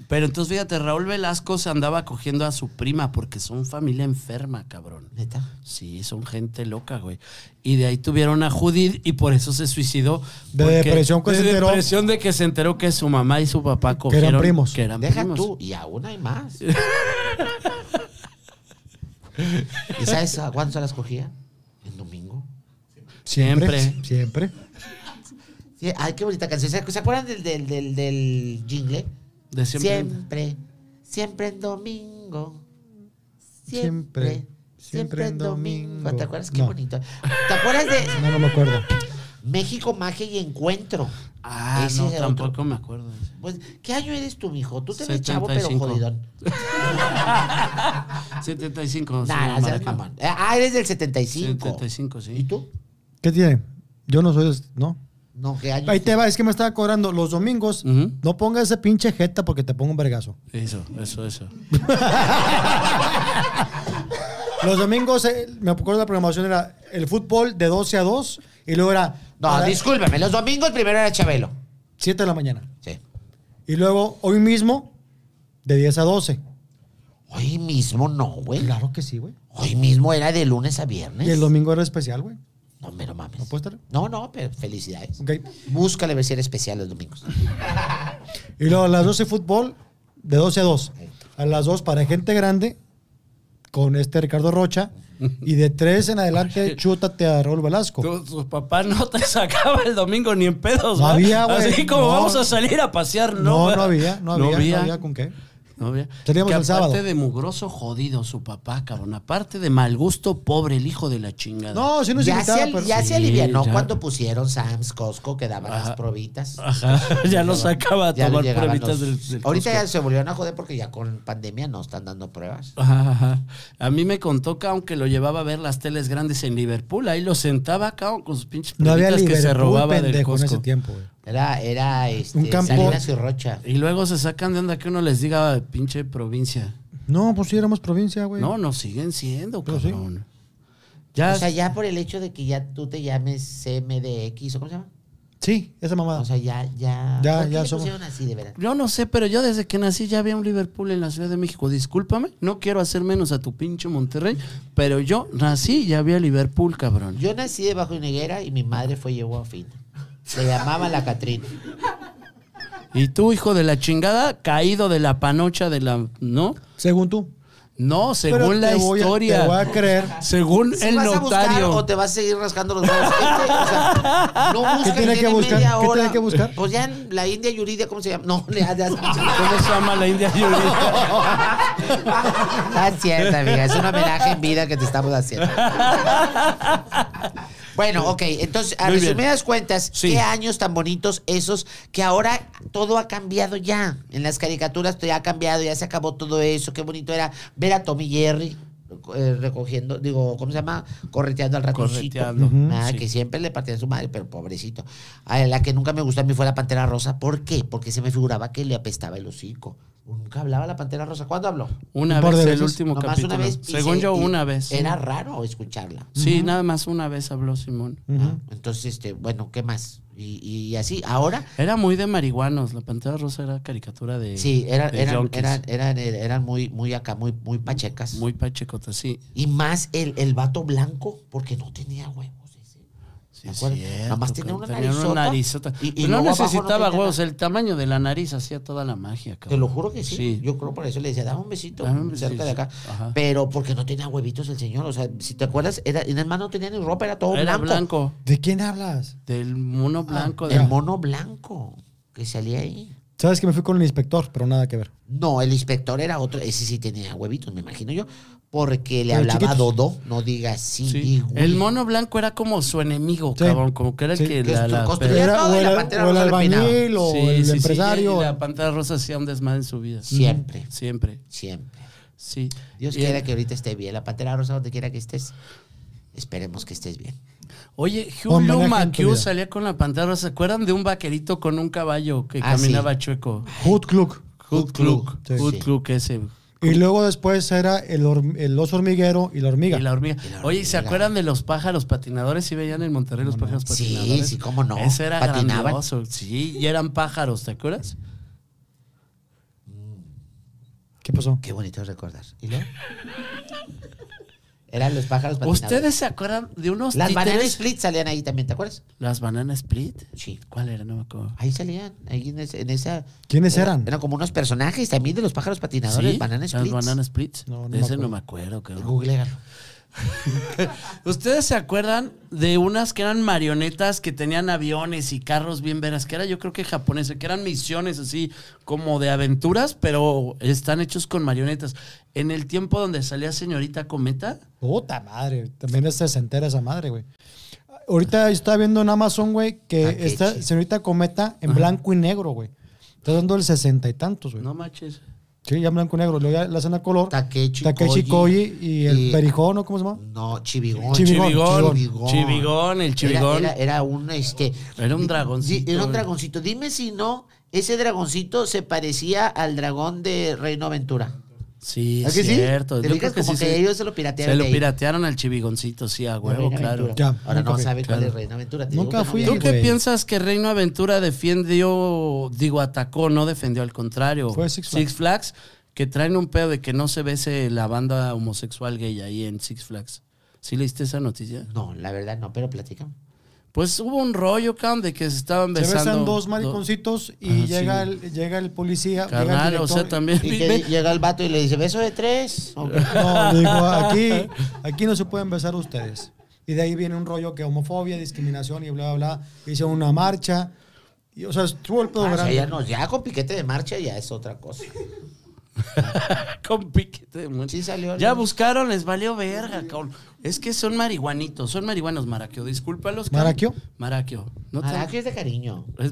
Pero entonces fíjate, Raúl Velasco se andaba cogiendo a su prima porque son familia enferma, cabrón. ¿Neta? Sí, son gente loca, güey. Y de ahí tuvieron a Judith y por eso se suicidó. De porque- depresión que de se enteró. depresión de que se enteró que su mamá y su papá cogieron. primos. Que eran Deja primos. tú, y aún hay más. ¿Y sabes a cuándo se las cogía? El domingo. Siempre. Siempre. Sí, ay, qué bonita canción. ¿Se se acuerdan del, del, del, del jingle? De siempre. Siempre, siempre en domingo. Siempre, Siempre, siempre siempre en en domingo. domingo. ¿Te acuerdas qué No. bonito? ¿Te acuerdas de No, no me acuerdo. México, Magia y Encuentro? Ah, Ese no, era tampoco otro. me acuerdo. de ese. Pues, ¿qué año eres tú, mijo? Tú te ves chavo, pero 75. jodidón. 75. sí, Nah, no Ah. seas Mario. mamón. Ah, eres del 75. 75, sí. ¿Y tú? ¿Qué tiene? Yo no soy. ¿No? No, ¿qué año? Ahí te va, es que me estaba cobrando los domingos. Ujú. No pongas ese pinche jeta porque te pongo un vergazo. Eso, eso, eso. Los domingos, eh, me acuerdo la programación era el fútbol de 12 a 2 y luego era. No, discúlpame. Los domingos primero era Chabelo. 7 de la mañana. Sí. Y luego, hoy mismo, de 10 a 12. Hoy mismo no, güey. Claro que sí, güey. Hoy mismo era de lunes a viernes. Y el domingo era especial, güey. No, pero mames. ¿No puede estar? No, no, pero felicidades. Ok. Búscale versión especial los domingos. Y luego a las 12 fútbol, de 12 a 2. A las 2 para gente grande, con este Ricardo Rocha. Y de 3 en adelante, chútate a Raúl Velasco. Tus tus papás no te sacaba el domingo ni en pedos, No ¿va? había, güey, Así como no. vamos a salir a pasear, ¿no? No, ¿va? no había, no había, no había, con qué. no había. Salíamos que el sábado. aparte de mugroso jodido su papá, cabrón. Aparte de mal gusto, pobre el hijo de la chingada. No, si no se ya se, invitaba, al- pero- ya se Sí, alivianó ya. cuando pusieron Sam's Costco que daban las probitas. Ajá, ya lo sacaba a Ya tomar llegaban pruebitas los- del, del Ahorita Costco. ya se volvieron a joder porque ya con pandemia no están dando pruebas. Ajá, ajá. A mí me contó que aunque lo llevaba a ver las teles grandes en Liverpool, ahí lo sentaba cabrón, con sus pinches No había pruebitas que se Liverpool, robaba del pendejo, en ese Costco. tiempo, güey. Era, era este, Un campo- Salinas y Rocha. Y luego se sacan de onda que uno les diga pinche provincia. No, pues sí, éramos provincia, güey. No, no siguen siendo, Pero sí. cabrón. Ya, O sea, ya por el hecho de que ya tú te llames CMDX o cómo se llama. Sí, esa mamada. O sea, ya, Ah. ya. Ya, ¿Por qué ya le somos- pusieron así de verdad? yo no sé, pero yo desde que nací ya había un Liverpool en la Ciudad de México. Discúlpame, no quiero hacer menos a tu pinche Monterrey, pero yo nací y ya había Liverpool, cabrón. Yo nací debajo de una higuera y mi madre fue y llevó a fin. Se llamaba la Catrina. Y tú, hijo de la chingada, caído de la panocha de la... ¿No? Según tú. No, según Pero la te voy a- historia. te voy a creer. Según ¿Sí el vas a buscar notario. o te vas a seguir rascando los huevos? Este, o sea, no busques ¿Qué tiene que en buscar? media ¿Qué hora. tiene que buscar? Pues ya en la India Yuridia, ¿cómo se llama? No, ya, ya. ¿Cómo se llama la India Yuridia? Ah, es cierto, amiga. Es un homenaje en vida que te estamos haciendo. Bueno, ok. Entonces, a Muy bien. resumidas cuentas, Sí. qué años tan bonitos esos que ahora todo ha cambiado ya. En las caricaturas todo ya ha cambiado, ya se acabó todo eso. Qué bonito era ver a Tommy Jerry eh, recogiendo, digo, ¿cómo se llama? Correteando al ratoncito. Correteando, Ah, sí. Que siempre le partía a su madre, pero pobrecito. A la que nunca me gustó a mí fue la Pantera Rosa. ¿Por qué? Porque se me figuraba que le apestaba el hocico. Nunca hablaba la Pantera Rosa. ¿Cuándo habló? Una Un par vez, de el veces. último Nomás capítulo. una vez. pisé Según yo, y una vez. sí. Era raro escucharla. Sí, nada más una vez habló Simón. Ah, Entonces, este, bueno, ¿qué más? Y, y así, ahora, Era muy de marihuanos. La Pantera Rosa era caricatura de. sí, eran, de eran, junkies. eran, eran, eran muy, muy acá, muy, muy pachecas. Muy pachecota, sí. Y más el, el vato blanco, porque no tenía huevos. ese. Sí, ¿Te es acuerdas? cierto, Nada más cabrón. tenía una Tenía una narizota. narizota. Y- y Pero no luego abajo no necesitaba tenía huevos. El tamaño de la nariz hacía toda la magia, cabrón. Te lo juro que sí. Sí. Yo creo por eso le decía, dame un besito Dame un cerca besito, de acá. sí. Ajá. Pero porque no tenía huevitos el señor. O sea, si te acuerdas, era, y nada más no tenía ni ropa, era todo Era blanco. Ah, blanco. ¿De quién hablas? Del mono blanco. de- El mono blanco que salía ahí. Sabes que me fui con el inspector, pero nada que ver. No, el inspector era otro. Ese sí tenía huevitos, me imagino yo. Porque le Pero hablaba a chiquitos. Dodo, no digas sí. Sí. güey. El mono blanco era como su enemigo, Sí. cabrón. Como que era el Sí. que Que la. es- la- construía- pero- Era, todo o, de la el- Pantera o el Rosa le peinaba. albañil o Sí, sí, el sí, empresario. y la Pantera Rosa hacía un desmadre en su vida. Siempre, Siempre. siempre. Sí. Dios Y- quiera que ahorita esté bien. La pantera rosa, donde quiera que estés. Esperemos que estés bien. Oye, Hugh Homenaje en Luma tu Hugh vida. salía con la pantera. Rosa. ¿Se acuerdan de un vaquerito con un caballo que Ah, sí. caminaba chueco? Hood Cluck. Hood Cluck. Sí. Hood Sí. Cluck ese. Y luego después era el, hor- el oso hormiguero y la hormiga. Y la hormiga. Y la Oye, ¿se hormiga. acuerdan de los pájaros patinadores? ¿Sí veían en Monterrey los pájaros Sí, patinadores? sí, cómo no. Ese era Patinaban. grandioso. Sí, y eran pájaros, ¿te acuerdas? ¿Qué pasó? Qué bonito recordar. ¿Y luego? Eran los pájaros patinadores. ¿Ustedes se acuerdan de unos Las bananas títeres? split salían ahí también, ¿te acuerdas? ¿Las bananas split? Sí. ¿Cuál era? No me acuerdo. Ahí salían, ahí en, ese- en esa... ¿Quiénes era- eran? Eran como unos personajes también de los pájaros patinadores, ¿Sí? bananas Las split. bananas splits. No, no De me ese no acuerdo. me acuerdo. cabrón. Googlealo. ¿Ustedes se acuerdan de unas que eran marionetas que tenían aviones y carros bien veras? Que era yo creo que japonesa, que eran misiones así como de aventuras, pero están hechos con marionetas. En el tiempo donde salía Señorita Cometa, Puta madre, también es sesentera esa madre, güey. Ahorita está viendo en Amazon, güey, que Ah, qué esta chido. señorita cometa en blanco y negro, güey. Está dando el sesenta y tantos, güey. no manches. Sí, ya en blanco y negro. Luego ya la hacen a color. Takeshi Koji. Takeshi Koji y el Y- perijón, ¿o cómo se llama? No, Chivigón. Chivigón, Chivigón, Chivigón. Chivigón, el Chivigón. Era, era- era un este. Era un di- dragoncito. di- Era un dragoncito. Dime si no, ese dragoncito se parecía al dragón de Reino Aventura. Sí, ¿A es ¿Ah, que sí? cierto. ¿Te Yo fijas? creo que Como sí que se- ellos se lo piratearon Se lo de ahí. piratearon al chivigoncito, sí, a de huevo, Reino claro. Aventura. Ya, Ahora no nunca fui, sabe cuál claro. es Reino Aventura. te digo Nunca que no fui. había- ¿Tú qué güey. piensas que Reino Aventura defendió, digo, atacó, no defendió, al contrario? Fue Six Flags. Flags, que traen un pedo de que no se bese la banda homosexual gay ahí en Six Flags. ¿Sí leíste esa noticia? No, la verdad no, pero platícame. Pues hubo un rollo, cabrón, de que se estaban Se besando. besan dos do- mariconcitos y Ajá, llega, sí. el, llega el policía. llega el Carnal, o director. sea, también. Y que ve- llega el vato y le dice, beso de tres. Ok. No, digo, aquí, aquí no se pueden besar ustedes. Y de ahí viene un rollo que homofobia, discriminación y bla, bla, bla. Hice una marcha. Y, o sea, estuvo el Ah, pedo o sea, grande. ya, no, ya con piquete de marcha ya es otra cosa. Con piquete de muerte. Sí salió. Ya ¿no? buscaron, les valió verga, cabrón. Es que son marihuanitos, son marihuanos, Maraquio. Discúlpalos. cabrón. ¿Maraquio? Maraquio. No te- Maraco es de cariño. Es-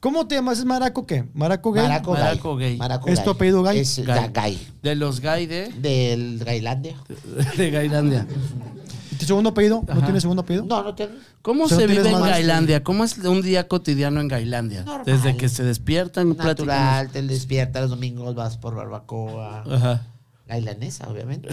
¿Cómo te llamas? ¿Es maraco qué? ¿Maraco gay? Maraco, gay. Maraco gay. Maraco ¿Es tu apellido gay? Es Gay. la gay. De los gay de, Del Gailandia. de Gailandia. ¿Y tu segundo apellido? Ajá. ¿No tienes segundo apellido? No, no tengo. ¿Cómo O sea, se no tienes vive en más- Gailandia? ¿Cómo es un día cotidiano en Gailandia? Normal. Desde que se despiertan, platican. Natural, te despiertas los domingos, vas por barbacoa. Ajá. Gailanesa, obviamente.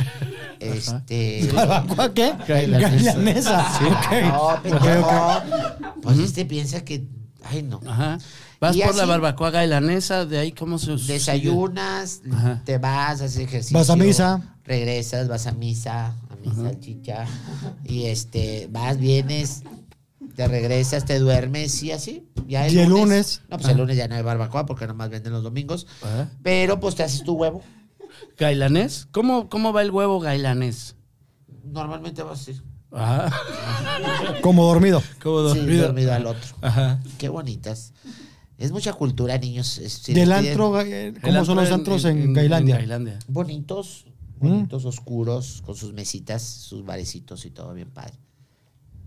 Este. ¿Barbacoa qué? Gailanesa. Gailanesa. Sí, No, ok. pendejo. Ok, ok. Pues este piensa que. Ay, no. Ajá. Vas Y por la así- barbacoa gailanesa, de ahí cómo se sigue? Desayunas, Ajá. te vas, haces ejercicio. Vas a misa. Regresas, vas a misa, a misa, chicha. Y este, vas, vienes, te regresas, te duermes y así. Ya el Y el lunes. lunes. Ah. No, pues el lunes ya no hay barbacoa porque nomás venden los domingos. Ajá. Pero pues te haces tu huevo. ¿Gailanés? ¿Cómo, ¿Cómo va el huevo gailanés? Normalmente va así. Ajá. Como dormido. ¿Cómo Sí, dormido? Ah. dormido al otro. Ajá. Qué bonitas. Es mucha cultura, niños. Es- si Del lo piden- antro, eh, El ¿Cómo son antro los antros en, Gailandia? en Gailandia. Bonitos, bonitos, oscuros, con sus mesitas, sus barecitos y todo bien padre.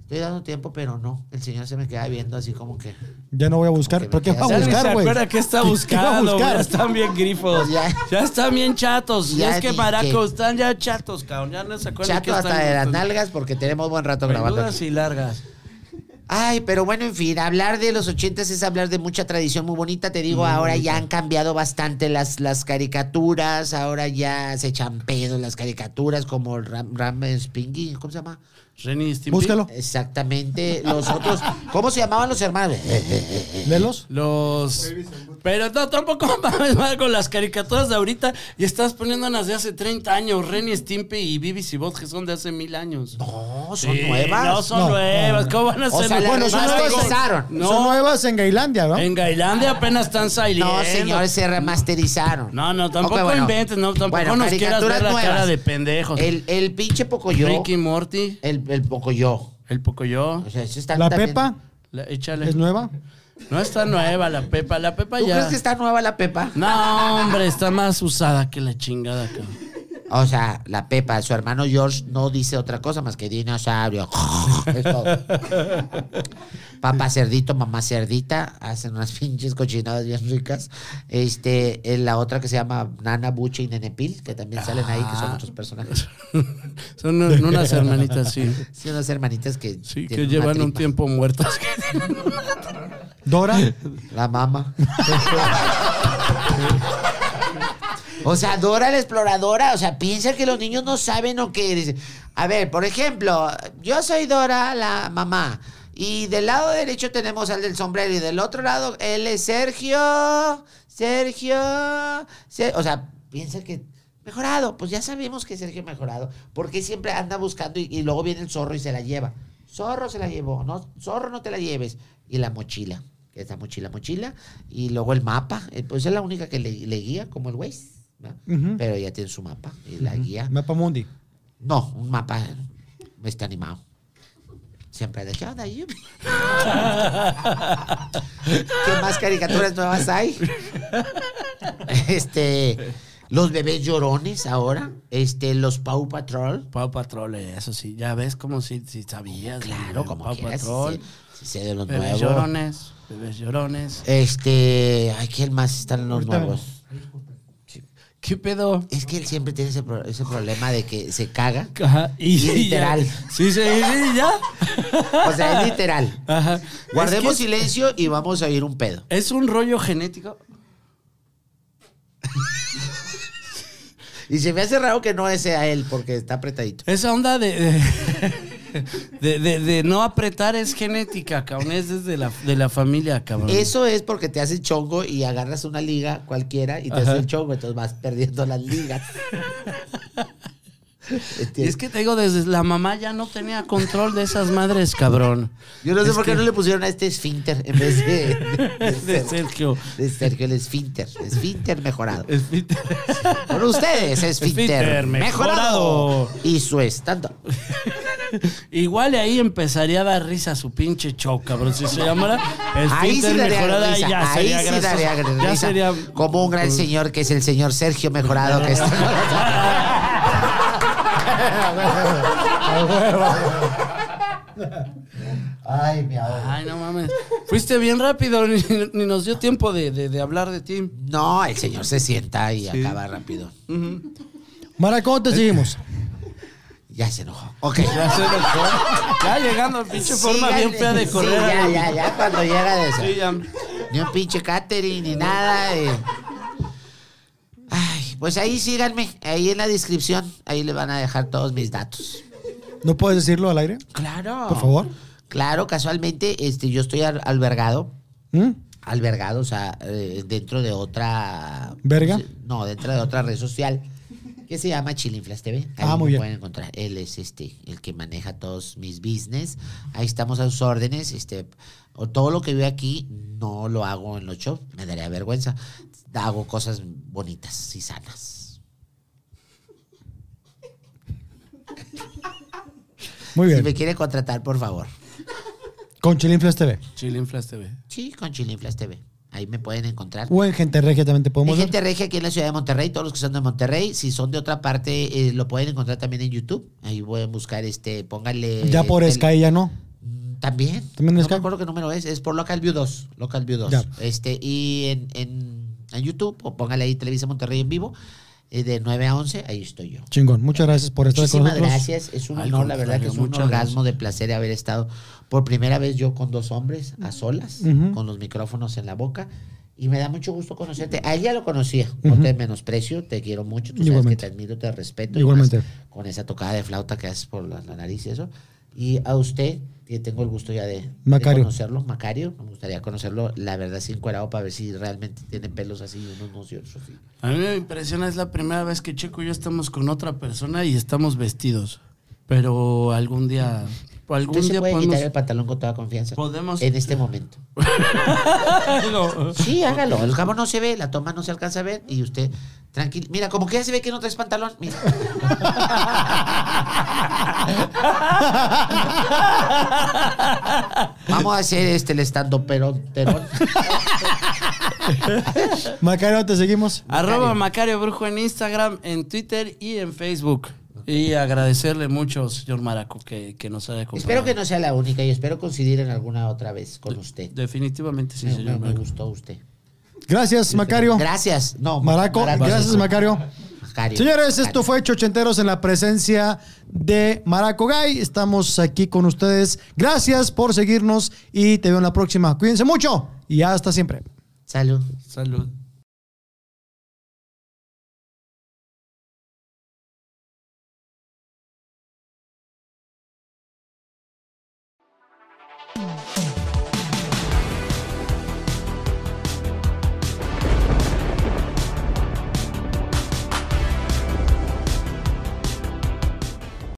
Estoy dando tiempo, pero no. El señor se me queda viendo así como que. Ya no voy a buscar. Porque me queda- ¿Pero qué va a Ya ni se buscar, güey? acuerda qué está ¿Qué- qué va a buscando. güey. buscar? Ya están bien grifos. pues, Ya. Ya, están bien chatos. Ya, Ya es que ni maraco, que- están ya chatos, cabrón. Ya no se acuerdan Chato qué están. hasta de las nalgas porque tenemos buen rato grabando. Peludas y largas. Ay, pero bueno, en fin, hablar de los ochentas es hablar de mucha tradición muy bonita. Te digo, ahora ya han cambiado bastante las, las caricaturas, ahora ya se echan pedo las caricaturas, como el Ram, Ram Spingy, ¿cómo se llama? Renny y Stimpy. Búscalo. Exactamente, los otros. ¿Cómo se llamaban los hermanos? Lelos. Los. Pero no, tampoco mames mal con las caricaturas de ahorita y estás poniendo las de hace 30 años. Ren y Stimpy y Bibi y Bot, que son de hace mil años. No, Oh, son Sí, nuevas. No son No, nuevas. ¿Cómo van a O ser sea, nuevas? las Son nuevas. remasterizaron. No, Son nuevas en Gailandia, ¿no? en Gailandia apenas están saliendo. No, señores, se remasterizaron. No, no, tampoco Ok, bueno. inventes, no, tampoco Bueno, nos quieras caricaturas ver la nuevas. cara de pendejos. El, el pinche Pocoyo. Ricky Morty, El, el Pocoyo. el Pocoyo, O sea, eso está La también- Pepa la- échale. es nueva. No está nueva la Pepa, la Pepa ¿Tú ya. crees que está nueva la Pepa? No, hombre, está más usada que la chingada, cabrón. O sea, la Pepa, su hermano George no dice otra cosa más que dinosaurio. Es todo. Papá cerdito, mamá cerdita, hacen unas pinches cochinadas bien ricas. Este, eh, la otra que se llama Nana Buche y Nenepil, que también salen ahí, que son Ah. otros personajes. Son un- unas hermanitas, sí. Son unas hermanitas que, Sí, que tienen una llevan un tripa. tiempo muertas. Dora. La mamá. O sea, Dora la exploradora, o sea, piensa que los niños no saben o qué. Dice, A ver, por ejemplo, yo soy Dora la mamá. Y del lado derecho tenemos al del sombrero y del otro lado él es Sergio, Sergio, Se- o sea, piensa que mejorado, pues ya sabemos que Sergio mejorado, porque siempre anda buscando y, y luego viene el zorro y se la lleva. Zorro se la llevó, no, zorro no te la lleves y la mochila, que es la mochila, mochila y luego el mapa, eh, pues es la única que le, le guía como el Waze. ¿no? Ujú. Pero ella tiene su mapa y la guía. Mapa Mundi. No, un mapa eh, está animado. Siempre de qué onda, Jimmy?" ¿Qué más caricaturas nuevas hay? Este, los bebés llorones ahora, este, los Paw Patrol. Pau Patrol, eso sí. Ya ves como si, si sabías. Claro, güey, como Pau quieras. Patrol, sí, sí sé de los bebés nuevos. llorones, bebés llorones. Este, ay, ¿quién más están los Ahorita nuevos? ¿Qué pedo? Es que él siempre tiene ese, pro- ese problema de que se caga. Ajá, y, Y literal. y ya. Sí, sí, sí, ya. O sea, es literal. Ajá. Guardemos Es, que silencio y vamos a ir un pedo. es un rollo genético. Y se me hace raro que no sea él porque está apretadito. Esa onda de. de... de- de- de no apretar es genética, cabrón. Es desde la, de la familia, cabrón. Eso es porque te hace chongo y agarras una liga cualquiera y te hace el chongo, entonces vas perdiendo las ligas. Y ¿Entiendes? es que te digo, desde la mamá ya no tenía control de esas madres, cabrón. Yo no sé es por qué que- no le pusieron a este esfínter en vez de, de, De Sergio. de Sergio, el esfínter. Esfínter mejorado. Esfínter. Con ustedes, esfínter, Esfínter mejorado. mejorado. Y su estando. Igual y ahí empezaría a dar risa su pinche show, cabrón. Si se llamara Ahí sí Esfínter daría Mejorada, risa. ya ahí sería sí grasoso. daría risa. Ya sería... Mm. pues, Como un gran señor que es el señor Sergio Mejorado que está- Ay, mi amor. Ay, no mames. Fuiste bien rápido, ni, ni nos dio tiempo de, de- de hablar de ti. No, el señor se sienta y acaba rápido. Maracón, te seguimos. Ya se enojó. Ok. Ya se enojó. Ya llegando a pinche forma Síganle. bien fea de correr. Sí, ya, al- ya, ya, cuando llega de eso. Sí, ya. Ni un pinche catering, ni nada. eh. Ay, pues ahí síganme. Ahí en la descripción. Ahí le van a dejar todos mis datos. ¿No puedes decirlo al aire? Claro. Por favor. Claro, casualmente este, yo estoy al- albergado. ¿Mm? Albergado, o sea, eh, dentro de otra. pues, ¿Verga? No, dentro de otra red social que se llama Chilinflas TV. Ahí Ah, muy me bien. pueden encontrar. Él es este, el que maneja todos mis business. Ahí estamos a sus órdenes. Este, o todo lo que veo aquí no lo hago en los shows. Me daría vergüenza. Hago cosas bonitas y sanas. Muy bien. Si me quiere contratar, por favor. Con Chilinflas TV. Chilinflas TV. Sí, con Chilinflas TV. Ahí me pueden encontrar. O en Gente Regia también te Hay podemos ver. gente regia aquí en la ciudad de Monterrey, todos los que son de Monterrey, si son de otra parte, eh, lo pueden encontrar también en YouTube. Ahí pueden buscar este, pónganle. Ya por el- Sky ya no. Mm, También. ¿También no Sky? me acuerdo qué número es. Es por Local View 2. Local View 2. Ya. Este, y en, en, en YouTube, o póngale ahí Televisa Monterrey en vivo, eh, de 9 a 11, ahí estoy yo. Chingón. Muchas gracias por estar Muchísimas con nosotros. gracias, es un Al honor, la verdad que contrario, es un muchas orgasmo de placer haber estado por primera vez yo con dos hombres a solas, Ujú. con los micrófonos en la boca. Y me da mucho gusto conocerte. A él ya lo conocía. No te menosprecio, te quiero mucho. Tú sabes que Igualmente. te admiro, te respeto. y Igualmente. más con esa tocada de flauta que haces por la, la nariz y eso. Y a usted, que tengo el gusto ya de, de Macario. conocerlo, Macario. Me gustaría conocerlo, la verdad, sin cuerao, para ver si realmente tiene pelos así, unos unos y otros así. A mí me impresiona, es la primera vez que Checo y yo estamos con otra persona y estamos vestidos. Pero algún día. Algún Usted se día puede podemos. quitar el pantalón con toda confianza. podemos- En este momento. No. Sí, hágalo. El cabo no se ve, la toma no se alcanza a ver y usted tranquilo. Mira, como que ya se ve que no traes pantalón. Mira. Vamos a hacer este el estando perón, terón. Macario, te seguimos. Arroba Macario Brujo en Instagram, en Twitter y en Facebook. Y agradecerle mucho, señor Maraco, que, que nos haya acompañado. espero que no sea la única y espero consideren alguna otra vez con usted. Definitivamente sí, Me- señor me, me Maraco. gustó usted. Gracias, Macario. Gracias. No, Maraco. Gracias, disculpa. Macario. Macario. Señores, esto Macario. fue Chochenteros en la presencia de Maraco Gay. Estamos aquí con ustedes. Gracias por seguirnos y te veo en la próxima. Cuídense mucho y hasta siempre. Salud. Salud.